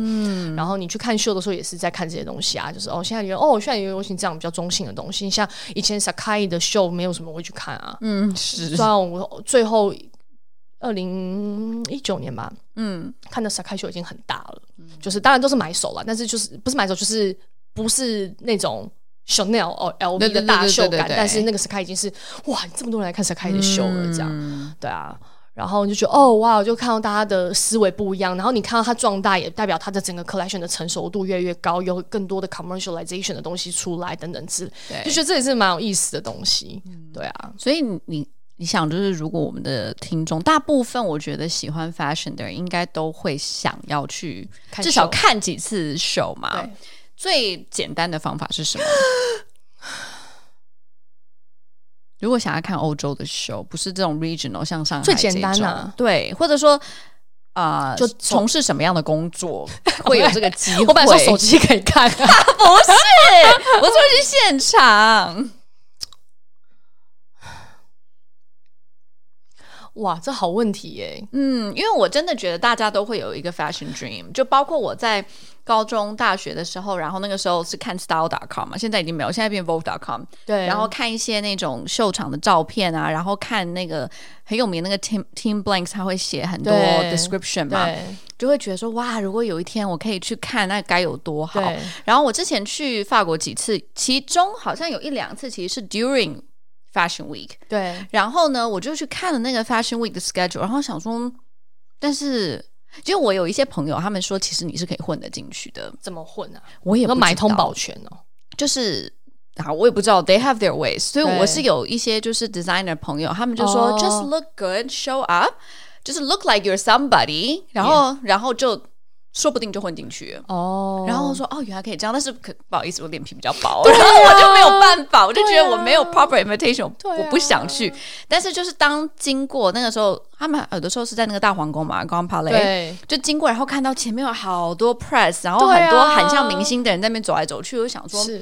Speaker 2: 然后你去看秀的时候也是在看这些东西啊，就是哦，现在有哦，现在有流行这样比较中性的东西，像以前 Sakai 的秀没有什么会去看啊，
Speaker 1: 嗯是
Speaker 2: 虽，然我最后二零一九年吧， 嗯，看的 Sakai 秀已经很大了，就是当然都是买手了，但是就是不是买手，就是不是那种 Chanel 哦 LV
Speaker 1: 对对
Speaker 2: 的
Speaker 1: 对
Speaker 2: 大
Speaker 1: 对
Speaker 2: 秀
Speaker 1: 对对
Speaker 2: 感，
Speaker 1: 对
Speaker 2: 但是那个 Sakai 已经是哇，这么多人来看 Sakai 的秀了，这样、
Speaker 1: 嗯
Speaker 2: 对啊。然后你就觉得哦哇，就看到大家的思维不一样，然后你看到它壮大，也代表它的整个 collection 的成熟度越来越高，有更多的 commercialization 的东西出来等等之类，就
Speaker 1: 对。嗯
Speaker 2: 觉得这也是蛮有意思的东西，对啊。
Speaker 1: 所以你你想，就是如果我们的听众大部分，我觉得喜欢 fashion 的人，应该都会想要去
Speaker 2: 看
Speaker 1: 至少
Speaker 2: show
Speaker 1: 看几次 show 嘛
Speaker 2: 对。
Speaker 1: 最简单的方法是什么？ 如果想要看欧洲的 show，不是这种 regional，像上海
Speaker 2: 最简
Speaker 1: 这
Speaker 2: 单
Speaker 1: 种
Speaker 2: 啊
Speaker 1: 对，或者说啊，
Speaker 2: 就
Speaker 1: 就从事什么样的工 作会有这个 机会？
Speaker 2: 我本来说手机可以看、啊，
Speaker 1: 不是，我说去现场。
Speaker 2: 哇，这好问题耶、
Speaker 1: 嗯，因为我真的觉得大家都会有一个 fashion dream，就包括我在高中、大学的时候，然后那个时候是看 style.com 嘛，现在已经没有，现在变 vogue.com，
Speaker 2: 对，
Speaker 1: 然后看一些那种秀场的照片啊，然后看那个很有名那个 Tim Tim Blanks，他会写很多
Speaker 2: 对
Speaker 1: description 嘛，
Speaker 2: 对
Speaker 1: 就会觉得说哇，如果有一天我可以去看，那该有多好。
Speaker 2: 对
Speaker 1: 然后我之前去法国几次，其中好像有一两次其实是 during Fashion Week，
Speaker 2: 对，
Speaker 1: 然后呢，我就去看了那个 Fashion Week 的 schedule，然后想说，嗯但是就我有一些朋友，他们说其实你是可以混得进去的，
Speaker 2: 怎么混啊？
Speaker 1: 我也
Speaker 2: 你
Speaker 1: 不
Speaker 2: 说
Speaker 1: 知
Speaker 2: 买通
Speaker 1: 道
Speaker 2: 保全哦、
Speaker 1: 就是啊，我也不知道，they have their ways。所以
Speaker 2: 对
Speaker 1: 我是有一些就是 designer 朋友，他们就说、
Speaker 2: 哦
Speaker 1: just look good, show up，就是 look like you're somebody，然后然后就说不定就混进去了。
Speaker 2: 哦，啊
Speaker 1: 然后说哦，原来可以这样，但是可不好意思，我脸皮比较薄，然后我就没有办法，我就觉得我没有 proper invitation，、
Speaker 2: 对啊
Speaker 1: 我不想去。但是就是当经过那个时候，他们有的时候是在那个大皇宫嘛，Grand Palais，
Speaker 2: 对
Speaker 1: 就经过，然后看到前面有好多 press，然后
Speaker 2: 对啊
Speaker 1: 很多很像明星的人在那边走来走去，我就想说，
Speaker 2: 是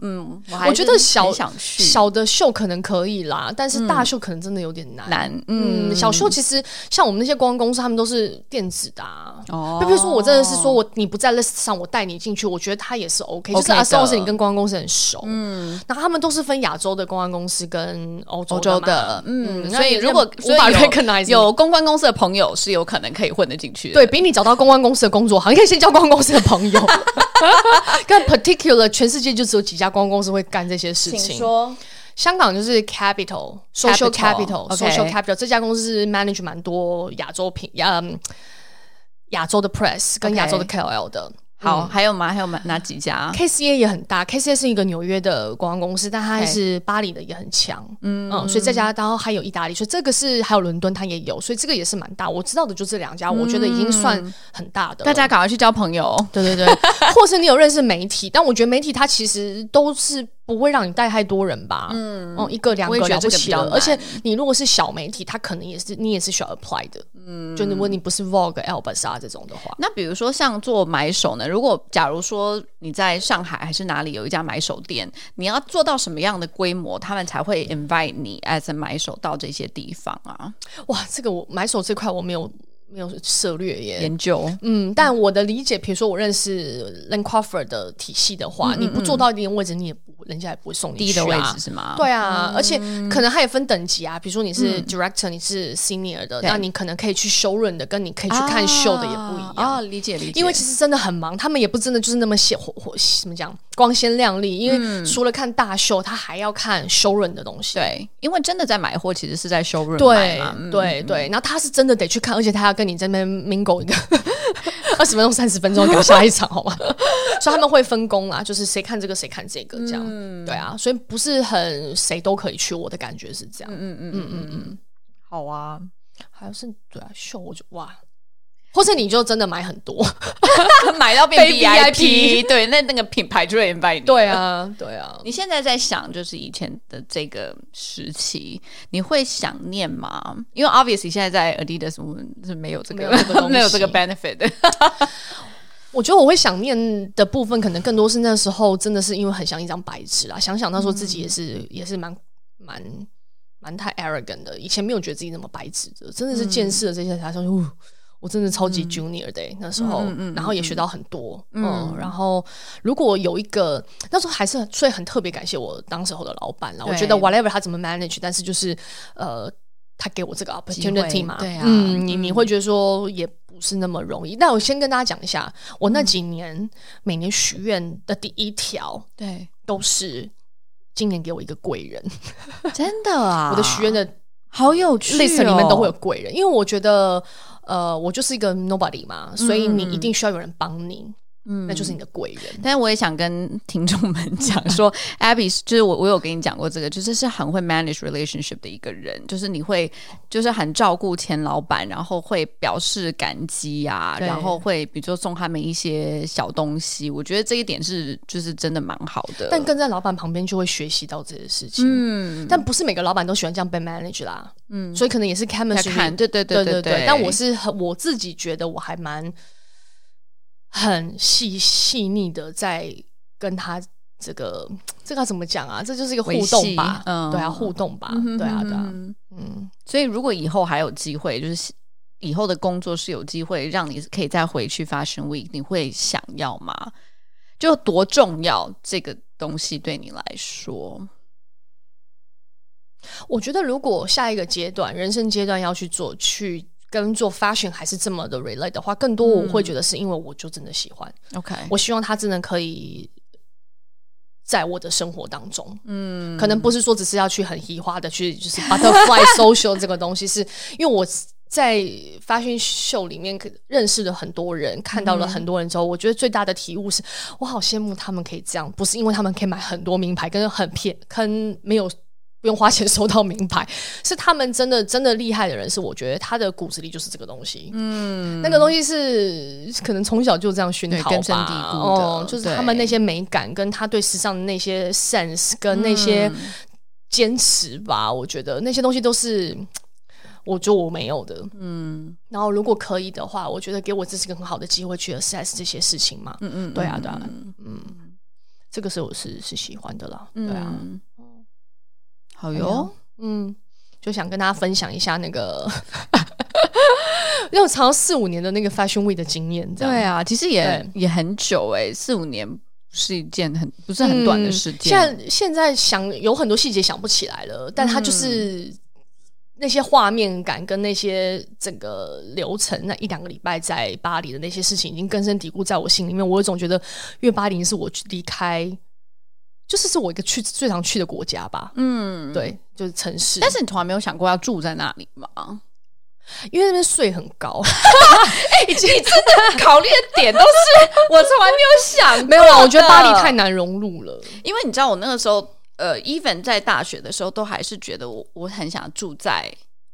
Speaker 1: 嗯，我
Speaker 2: 我
Speaker 1: 还
Speaker 2: 觉
Speaker 1: 是
Speaker 2: 得
Speaker 1: 很
Speaker 2: 小
Speaker 1: 想去
Speaker 2: 小的秀可能可以啦，但是大秀可能真的有点嗯难。
Speaker 1: 南，嗯
Speaker 2: 嗯，小秀其实像我们那些观光公司，他们都是电子的、啊。
Speaker 1: 哦
Speaker 2: 就比如说，我真的是说我你不在 list 上，我带你进去，我觉得他也是 OK，, 就是
Speaker 1: OK 的
Speaker 2: as long as 你跟观光公司很熟，嗯，然后他们都是分亚洲的公关公司跟欧洲
Speaker 1: 欧洲
Speaker 2: 嘛，
Speaker 1: 的，嗯，所以
Speaker 2: 那
Speaker 1: 如果
Speaker 2: 无
Speaker 1: 所以
Speaker 2: 法
Speaker 1: 有
Speaker 2: recognize 你
Speaker 1: 有公关公司的朋友是有可能可以混得进去的，
Speaker 2: 对比你找到公关公司的工作，好像可以先交公关公司的朋友。跟 particular 全世界就只有几家公关公司会干这些事
Speaker 1: 请
Speaker 2: 情，
Speaker 1: 说，
Speaker 2: 香港就是 capital social capital
Speaker 1: Capital，OK
Speaker 2: social capital 这家公司是 manage 蛮多亚洲品亚嗯亚洲的 press 跟
Speaker 1: OK
Speaker 2: 亚洲的 KOL 的。
Speaker 1: 好，还有吗？还有吗？哪几家？
Speaker 2: KCA 也很大，KCA 是一个纽约的广告公司，但它还是巴黎的也很强，嗯所以再加然后还有意大利，所以这个是还有伦敦它也有，所以这个也是蛮大。我知道的就这两家，我觉得已经算很大的了。
Speaker 1: 大家赶快去交朋友。
Speaker 2: 对对 对，或是你有认识媒体，但我觉得媒体它其实都是不会让你带太多人吧，嗯，哦，一个两
Speaker 1: 我
Speaker 2: 个
Speaker 1: 也觉得
Speaker 2: 了不
Speaker 1: 这个
Speaker 2: 起
Speaker 1: 比较
Speaker 2: 了，
Speaker 1: 难
Speaker 2: 而且你如果是小媒体，它可能也是你也是需要 apply 的，嗯，就如果你不是 Vogue、a l b a s a 这种的话，
Speaker 1: 那比如说像做买手呢，如果假如说你在上海还是哪里有一家买手店，你要做到什么样的规模，他们才会 invite 你 as a 买手到这些地方啊？
Speaker 2: 哇，这个我买手这块我没有没有涉略耶，
Speaker 1: 研究
Speaker 2: 嗯，但我的理解，比如说我认识 Len Crawford 的体系的话，你不做到一定位置，你也不人家也不会送你
Speaker 1: 嗯低的
Speaker 2: 去
Speaker 1: 位
Speaker 2: 啊
Speaker 1: 置是吗？
Speaker 2: 对啊，而且
Speaker 1: 哦
Speaker 2: 可能它也分等级啊，比如说你是 director，、你是 senior 的，
Speaker 1: 嗯对
Speaker 2: 那你可能可以去修润的，跟你可以
Speaker 1: 啊，
Speaker 2: 去看秀的也不一样。
Speaker 1: 啊，理解理解。
Speaker 2: 因为其实真的很忙，他们也不真的就是那么显火火怎么讲光鲜亮丽，因
Speaker 1: 嗯
Speaker 2: 为除了看大秀，他还要看修润的东西。
Speaker 1: 对，因为真的在买货，其实是在 showroom 买
Speaker 2: 对
Speaker 1: 嘛。嗯
Speaker 2: 对对，然后他是真的得去看，而且他要跟你这边 mingle 一个 二十分钟、三十分钟，给我下一场好吗？ 所以他们会分工啦，就是谁看这个谁看这个这样。
Speaker 1: 嗯
Speaker 2: 对啊，所以不是很谁都可以去，我的感觉是这样。
Speaker 1: 嗯嗯嗯嗯嗯，好啊。
Speaker 2: 还有是对啊，秀我就哇，或是你就真的买很多。
Speaker 1: 买到变
Speaker 2: 被 VIP
Speaker 1: 对，那那个品牌就会 invite 你。
Speaker 2: 对啊，对啊，
Speaker 1: 你现在在想，就是以前的这个时期，你会想念吗？因为 obviously 现在在 Adidas 我们是没有这
Speaker 2: 没有这个东
Speaker 1: 个
Speaker 2: 西
Speaker 1: 没有这个 benefit 的。
Speaker 2: 我觉得我会想念的部分，可能更多是那时候真的是因为很像一张白纸啦。啊想想那时候自
Speaker 1: 嗯
Speaker 2: 己也是、也是蛮蛮蛮太 arrogant 的，以前没有觉得自己那么白纸的，真的是见识了这些才说，呜、我真的超级 junior 的欸、那时候，
Speaker 1: 嗯嗯嗯嗯
Speaker 2: 然后也学到很多，嗯，然后如果有一个那时候还是所以很特别感谢我当时候的老板啦，我
Speaker 1: 对
Speaker 2: 觉得 whatever 他怎么 manage，但是就是呃。他给我这个
Speaker 1: 机会
Speaker 2: opportunity 嘛，
Speaker 1: 对啊
Speaker 2: 嗯，你
Speaker 1: 嗯
Speaker 2: 你会觉得说也不是那么容易。但我先跟大家讲一下，我那几年每年许愿的第一条
Speaker 1: 对，
Speaker 2: 都是今年给我一个贵人，
Speaker 1: 真的啊，
Speaker 2: 我的许愿的
Speaker 1: 好有趣、哦。
Speaker 2: list 里面都会有贵人，因为我觉得，呃，我就是一个 nobody 嘛，所以你一定需要有人帮你，
Speaker 1: 嗯
Speaker 2: 那就是你的贵人。
Speaker 1: 但是我也想跟听众们讲说 ，Abby 是就是我，我有跟你讲过这个，就是是很会 manage relationship 的一个人，就是你会就是很照顾前老板，然后会表示感激啊，
Speaker 2: 对
Speaker 1: 然后会比如说送他们一些小东西，我觉得这一点是就是真的蛮好的。
Speaker 2: 但跟在老板旁边就会学习到这些事情，
Speaker 1: 嗯，
Speaker 2: 但不是每个老板都喜欢这样被 manage 啦，嗯，所以可能也是 c a m e
Speaker 1: 在
Speaker 2: r
Speaker 1: 看，对对
Speaker 2: 对
Speaker 1: 对
Speaker 2: 对
Speaker 1: 对。
Speaker 2: 但我是很我自己觉得我还蛮很细细腻的在跟他这个这个要怎么讲啊？这就是一个互
Speaker 1: 维
Speaker 2: 动
Speaker 1: 系
Speaker 2: 吧，
Speaker 1: 嗯
Speaker 2: 对啊，互动吧，
Speaker 1: 嗯哼
Speaker 2: 对啊，对啊，
Speaker 1: 嗯
Speaker 2: 嗯，
Speaker 1: 所以如果以后还有机会，就是以后的工作是有机会让你可以再回去 Fashion Week，你会想要吗？就多重要这个东西对你来说？
Speaker 2: 我觉得如果下一个阶段人生阶段要去做去。跟做 fashion 还是这么的 relate 的话，更多我
Speaker 1: 嗯
Speaker 2: 会觉得是因为我就真的喜欢，
Speaker 1: OK，
Speaker 2: 我希望它真的可以在我的生活当中，
Speaker 1: 嗯
Speaker 2: 可能不是说只是要去很移花的去就是 butterfly social 这个东西是，因为我在 fashion show 里面可认识了很多人，看到了很多人之后，我觉得最大的体悟是，我好羡慕他们可以这样，不是因为他们可以买很多名牌，跟很便跟没有。不用花钱收到名牌，是他们真的真的厉害的人，是我觉得他的骨子里就是这个东西。
Speaker 1: 嗯
Speaker 2: 那个东西是可能从小就这样熏陶吧
Speaker 1: 对根深蒂固的
Speaker 2: 哦，就是
Speaker 1: 对
Speaker 2: 他们那些美感，跟他对时尚的那些 sense，跟那
Speaker 1: 嗯
Speaker 2: 些坚持吧，我觉得那些东西都是。我觉得我没有的，嗯。然后如果可以的话，我觉得给我自己一个很好的机会去 assess 这些事情嘛。
Speaker 1: 嗯嗯
Speaker 2: 对啊，对啊，嗯，这个是我是是喜欢的啦，
Speaker 1: 嗯
Speaker 2: 对啊，
Speaker 1: 嗯好
Speaker 2: 哎
Speaker 1: 哟
Speaker 2: 呦，嗯，就想跟大家分享一下那个， 因为我长四五年的那个 Fashion Week 的经验，这样
Speaker 1: 对啊，其实也也很久哎、四五年是一件很不是很短的时间、
Speaker 2: 嗯现在现在想有很多细节想不起来了，但它就是
Speaker 1: 嗯
Speaker 2: 那些画面感跟那些整个流程，那一两个礼拜在巴黎的那些事情，已经根深蒂固在我心里面。我有种觉得，因为巴黎是我离开。就是是我一个去最常去的国家吧。嗯，对，就是城市。
Speaker 1: 但是你从来没有想过要住在那里吗？
Speaker 2: 因为那边税很 高，
Speaker 1: 你 真的 考虑的点都是我从来没有啊想，
Speaker 2: 没有啊啦，我觉得巴黎太，难融入了。
Speaker 1: 因为你知道我那个时候，呃，even 在大学的时候，都还是觉得我我很想住在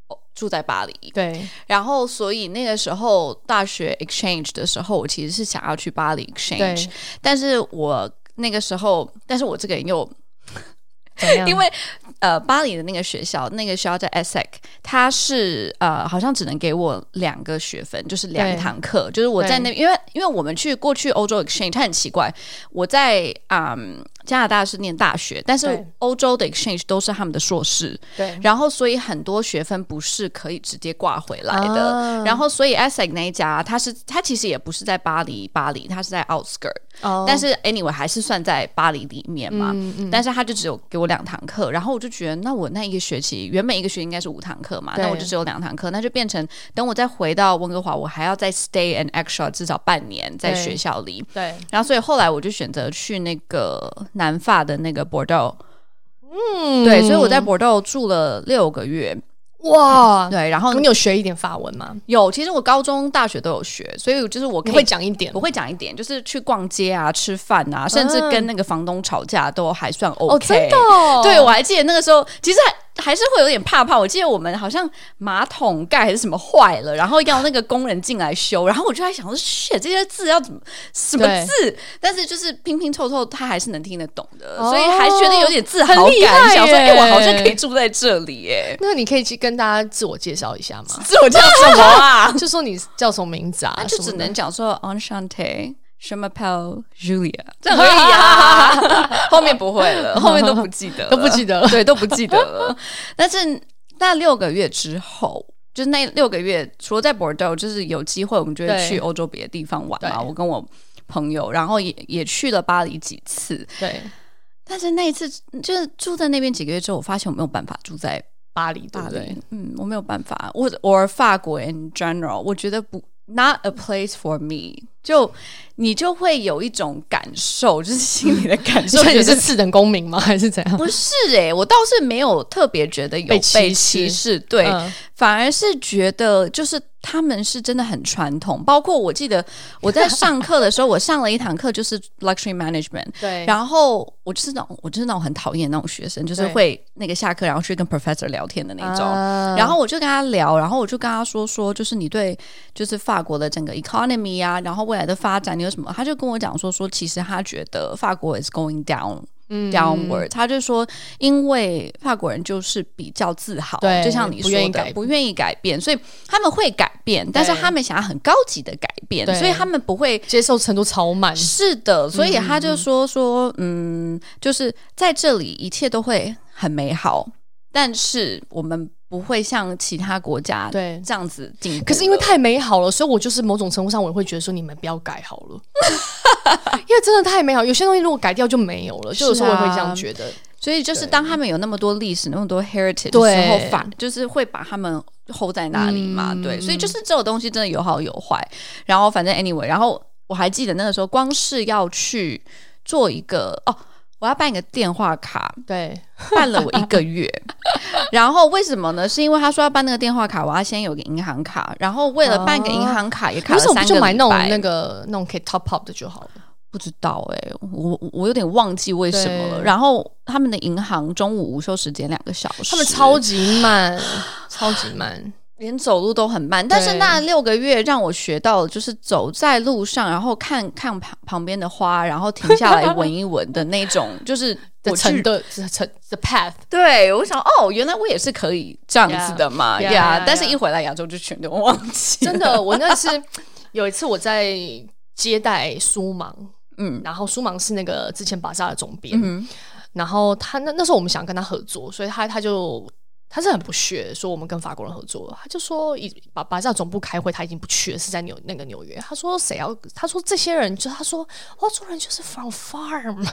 Speaker 1: 哦住在巴黎，
Speaker 2: 对，
Speaker 1: 然后，所以那个时候大学 exchange 的时候，我其实是想要去巴黎
Speaker 2: 对
Speaker 1: exchange，但是我那个时候，但是我这个人又
Speaker 2: 怎 样？
Speaker 1: 因为呃，巴黎的那个学校，那个学校叫 ESSEC，它是呃，好像只能给我两个学分，就是两
Speaker 2: 对
Speaker 1: 堂课。就是我在那，因为因为我们去过去欧洲 exchange，它很奇怪，我在嗯加拿大是念大学，但是
Speaker 2: 对嗯
Speaker 1: 欧洲的 exchange 都是他们的硕士，
Speaker 2: 对
Speaker 1: 然后所以很多学分不是可以直接挂回来的。
Speaker 2: 啊
Speaker 1: 然后所以 ESSEC 那一家，它是它其实也不是在巴黎，巴黎它是在 outskirt，、
Speaker 2: 哦
Speaker 1: 但是 anyway 还是算在巴黎里面嘛。
Speaker 2: 嗯嗯
Speaker 1: 但是他就只有给我两堂课，然后我就觉得，那我那一个学期原本一个学期应该是五堂课嘛，
Speaker 2: 对
Speaker 1: 那我就只有两堂课，那就变成等我再回到温哥华，我还要再 stay an extra 至少半年在
Speaker 2: 对
Speaker 1: 学校里。
Speaker 2: 对，
Speaker 1: 然后所以后来我就选择去那个南法的那个 Bordeaux，、
Speaker 2: 嗯
Speaker 1: 对，所以我在 Bordeaux 住了六个月，
Speaker 2: 哇，
Speaker 1: 对，然后
Speaker 2: 嗯你有学一点法文吗？
Speaker 1: 有，其实我高中、大学都有学，所以就是我可
Speaker 2: 你
Speaker 1: 以
Speaker 2: 会讲一点
Speaker 1: 我会讲一点，就是去逛街啊、吃饭啊，甚至跟那个房东吵架都还算 OK。
Speaker 2: 嗯哦，真的、哦，
Speaker 1: 对，我还记得那个时候，其实还还是会有点怕怕。我记得我们好像马桶盖还是什么坏了，然后要那个工人进来修，然后我就在想说，shit，这些字要怎么什么
Speaker 2: 对
Speaker 1: 字？但是就是拼拼凑凑，他还是能听得懂的，
Speaker 2: 哦
Speaker 1: 所以还觉得有点自豪
Speaker 2: 很厉
Speaker 1: 感，
Speaker 2: 害
Speaker 1: 想说，哎、
Speaker 2: 耶
Speaker 1: 我好像可以住在这里、 耶。？
Speaker 2: 那你可以去跟大家自我介绍一下吗
Speaker 1: 自我叫什么啊？
Speaker 2: 就说你叫什么名字啊？
Speaker 1: 那就
Speaker 2: 什么
Speaker 1: 只
Speaker 2: 的
Speaker 1: 能讲说 on shante。什么 pal Julia，这 样而已啊， 后面不会 了，后面都不记得了，
Speaker 2: 都不记得 了
Speaker 1: 对，都不记得了。 但是那六个月之后，就是那六个月，除了在 Bordeaux，就是有机会我们就会
Speaker 2: 对
Speaker 1: 去欧洲别的地方玩嘛。
Speaker 2: 对
Speaker 1: 我跟我朋友，然后也也去了巴黎几次，
Speaker 2: 对
Speaker 1: 但是那一次就是住在那边几个月之后，我发现我没有办法住在
Speaker 2: 巴黎，
Speaker 1: 巴
Speaker 2: 对不
Speaker 1: 黎
Speaker 2: 对？，
Speaker 1: 嗯，我没有办法，我 or 法国 in general，我觉得不 not a place for me，就你就会有一种感受，就是心 里的感受，
Speaker 2: 所以
Speaker 1: 觉
Speaker 2: 你是
Speaker 1: 得
Speaker 2: 次等公民吗？ 还是怎样？
Speaker 1: 不是诶、我倒是没有特别觉得有
Speaker 2: 被
Speaker 1: 被
Speaker 2: 歧视
Speaker 1: 歧视，对，
Speaker 2: 嗯
Speaker 1: 反而是觉得就是他们是真的很传统，包括我记得我在上课的时候，我上了一堂课就是 luxury management，
Speaker 2: 对，后
Speaker 1: 然后我就是那种，我就是那种很讨厌那种学生，就是
Speaker 2: 对
Speaker 1: 会那个下课然后去跟 professor 聊天的那种。
Speaker 2: 啊
Speaker 1: 然后我就跟他聊，然后我就跟他说说，就是你对就是法国的整个 economy 啊，然后未来的发展你有什么？他就跟我讲说说，其实他觉得法国 is going down。downward，、他
Speaker 2: 嗯
Speaker 1: 就说，因为法国人就是比较自豪，
Speaker 2: 对
Speaker 1: 就像你
Speaker 2: 不
Speaker 1: 说
Speaker 2: 愿意改
Speaker 1: 的，不愿意改变，所以他们会改变，但是
Speaker 2: 对
Speaker 1: 他们想要很高级的改变
Speaker 2: 对，
Speaker 1: 所以他们不会
Speaker 2: 接受程度超满，
Speaker 1: 是的，所以他就说说，嗯，就是在这里一切都会很美好，但是我们不会像其他国家
Speaker 2: 对。
Speaker 1: 这样子进步了。
Speaker 2: 可是因为太美好了，所以我就是某种程度上，我也会觉得说你们不要改好 了，因为真的太美好。有些东西如果改掉就没有了，就有时候我也会
Speaker 1: 啊
Speaker 2: 这样觉得。
Speaker 1: 所以就是当他们有那么多历史、那么多 heritage 的
Speaker 2: 对嗯
Speaker 1: 时候，反就是会把他们 hold 在那里嘛。对，所以就是这种东西真的有好有坏。然后反正 anyway，然后我还记得那个时候，光是要去做一个哦，我要办一个电话卡，
Speaker 2: 对，
Speaker 1: 办了我一个月。 然后为什么呢？是因为他说要办那个电话卡，我要先有个银行卡。然后为了办个银行卡，也卡
Speaker 2: 为
Speaker 1: 了
Speaker 2: 什
Speaker 1: 三
Speaker 2: 么
Speaker 1: 个
Speaker 2: 不
Speaker 1: 礼拜。
Speaker 2: 就买那种那个那种可以 top up 的就好了？
Speaker 1: 不知道哎、我我我有点忘记为什么了。
Speaker 2: 对
Speaker 1: 然后他们的银行中午午休时间两个小时，
Speaker 2: 他们超级慢，超级慢。
Speaker 1: 连走路都很慢。但是
Speaker 2: 对
Speaker 1: 那六个月让我学到的就是走在路上，然后看看旁旁边的花，然后停下来闻一闻的那种，就是
Speaker 2: 的
Speaker 1: 我
Speaker 2: 成
Speaker 1: 去。
Speaker 2: 的成 the path，
Speaker 1: 对，我想哦，原来我也是可以这样子的嘛
Speaker 2: Yeah.
Speaker 1: 呀
Speaker 2: Yeah,
Speaker 1: 但是
Speaker 2: yeah.
Speaker 1: 一回来亚洲就全都忘记了，
Speaker 2: 真的，我那次有一次我在接待苏芒，嗯，然后苏芒是那个之前巴萨的总
Speaker 1: 嗯
Speaker 2: 编，然后他那那时候我们想跟他合作，所以他他就。他是很不屑说我们跟法国人合作，他就说已把巴萨总部开会，他已经不去了，是在纽那个纽约。他说谁哦要？他说这些人就他说欧洲人就是 from farm，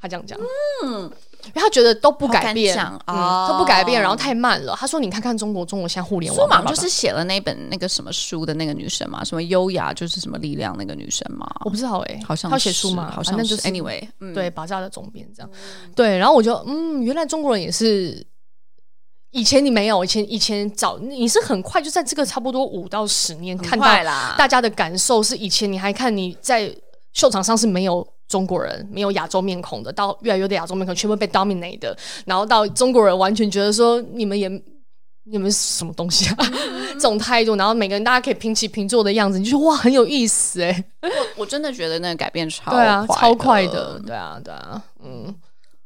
Speaker 2: 他这样讲，嗯，因为他觉得都不改变，
Speaker 1: 好敢讲
Speaker 2: 嗯，
Speaker 1: 哦
Speaker 2: 都不改变，然后太慢了。他说：“你看看中国，中国现在互联
Speaker 1: 苏
Speaker 2: 网，
Speaker 1: 芒就是写了那本那个什么书的那个女生嘛，什么优雅就是什么力量那个女生嘛，
Speaker 2: 我不知道哎，
Speaker 1: 好像
Speaker 2: 他
Speaker 1: 是
Speaker 2: 写书嘛，
Speaker 1: 好
Speaker 2: 反
Speaker 1: 像
Speaker 2: 正就是
Speaker 1: anyway，嗯，
Speaker 2: 对，拔下的总编这样。对，然后我就嗯，原来中国人也是。以前你没有，以前以前早你是很快就在这个差不多五到十年
Speaker 1: 很
Speaker 2: 看到
Speaker 1: 快啦，
Speaker 2: 大家的感受是，以前你还看你在秀场上是没有中国人、没有亚洲面孔的，到越来越多的亚洲面孔全部被 dominate 的，然后到中国人完全觉得说你们也你们是什么东西啊、
Speaker 1: 嗯
Speaker 2: 这种态度，然后每个人大家可以平起平坐的样子，你就觉得哇很有意思哎、
Speaker 1: 我真的觉得那个改变超
Speaker 2: 对啊，
Speaker 1: 快
Speaker 2: 超快的，。对啊对啊，嗯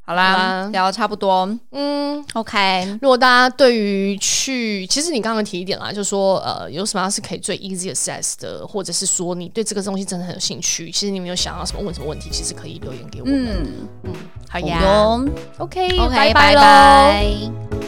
Speaker 1: 好啦，
Speaker 2: 好啦
Speaker 1: 聊得差不多
Speaker 2: 嗯。
Speaker 1: ，OK，
Speaker 2: 如果大家对于去，其实你刚刚提一点啦，就说呃，有什么样是可以最 easy access 的，或者是说你对这个东西真的很有兴趣，其实你们有想要什么问什么问题，其实可以留言给我们。
Speaker 1: 嗯，
Speaker 2: 嗯，好
Speaker 1: 好
Speaker 2: 呀
Speaker 1: 哟
Speaker 2: ，OK，
Speaker 1: ，OK，
Speaker 2: 拜喽。
Speaker 1: 拜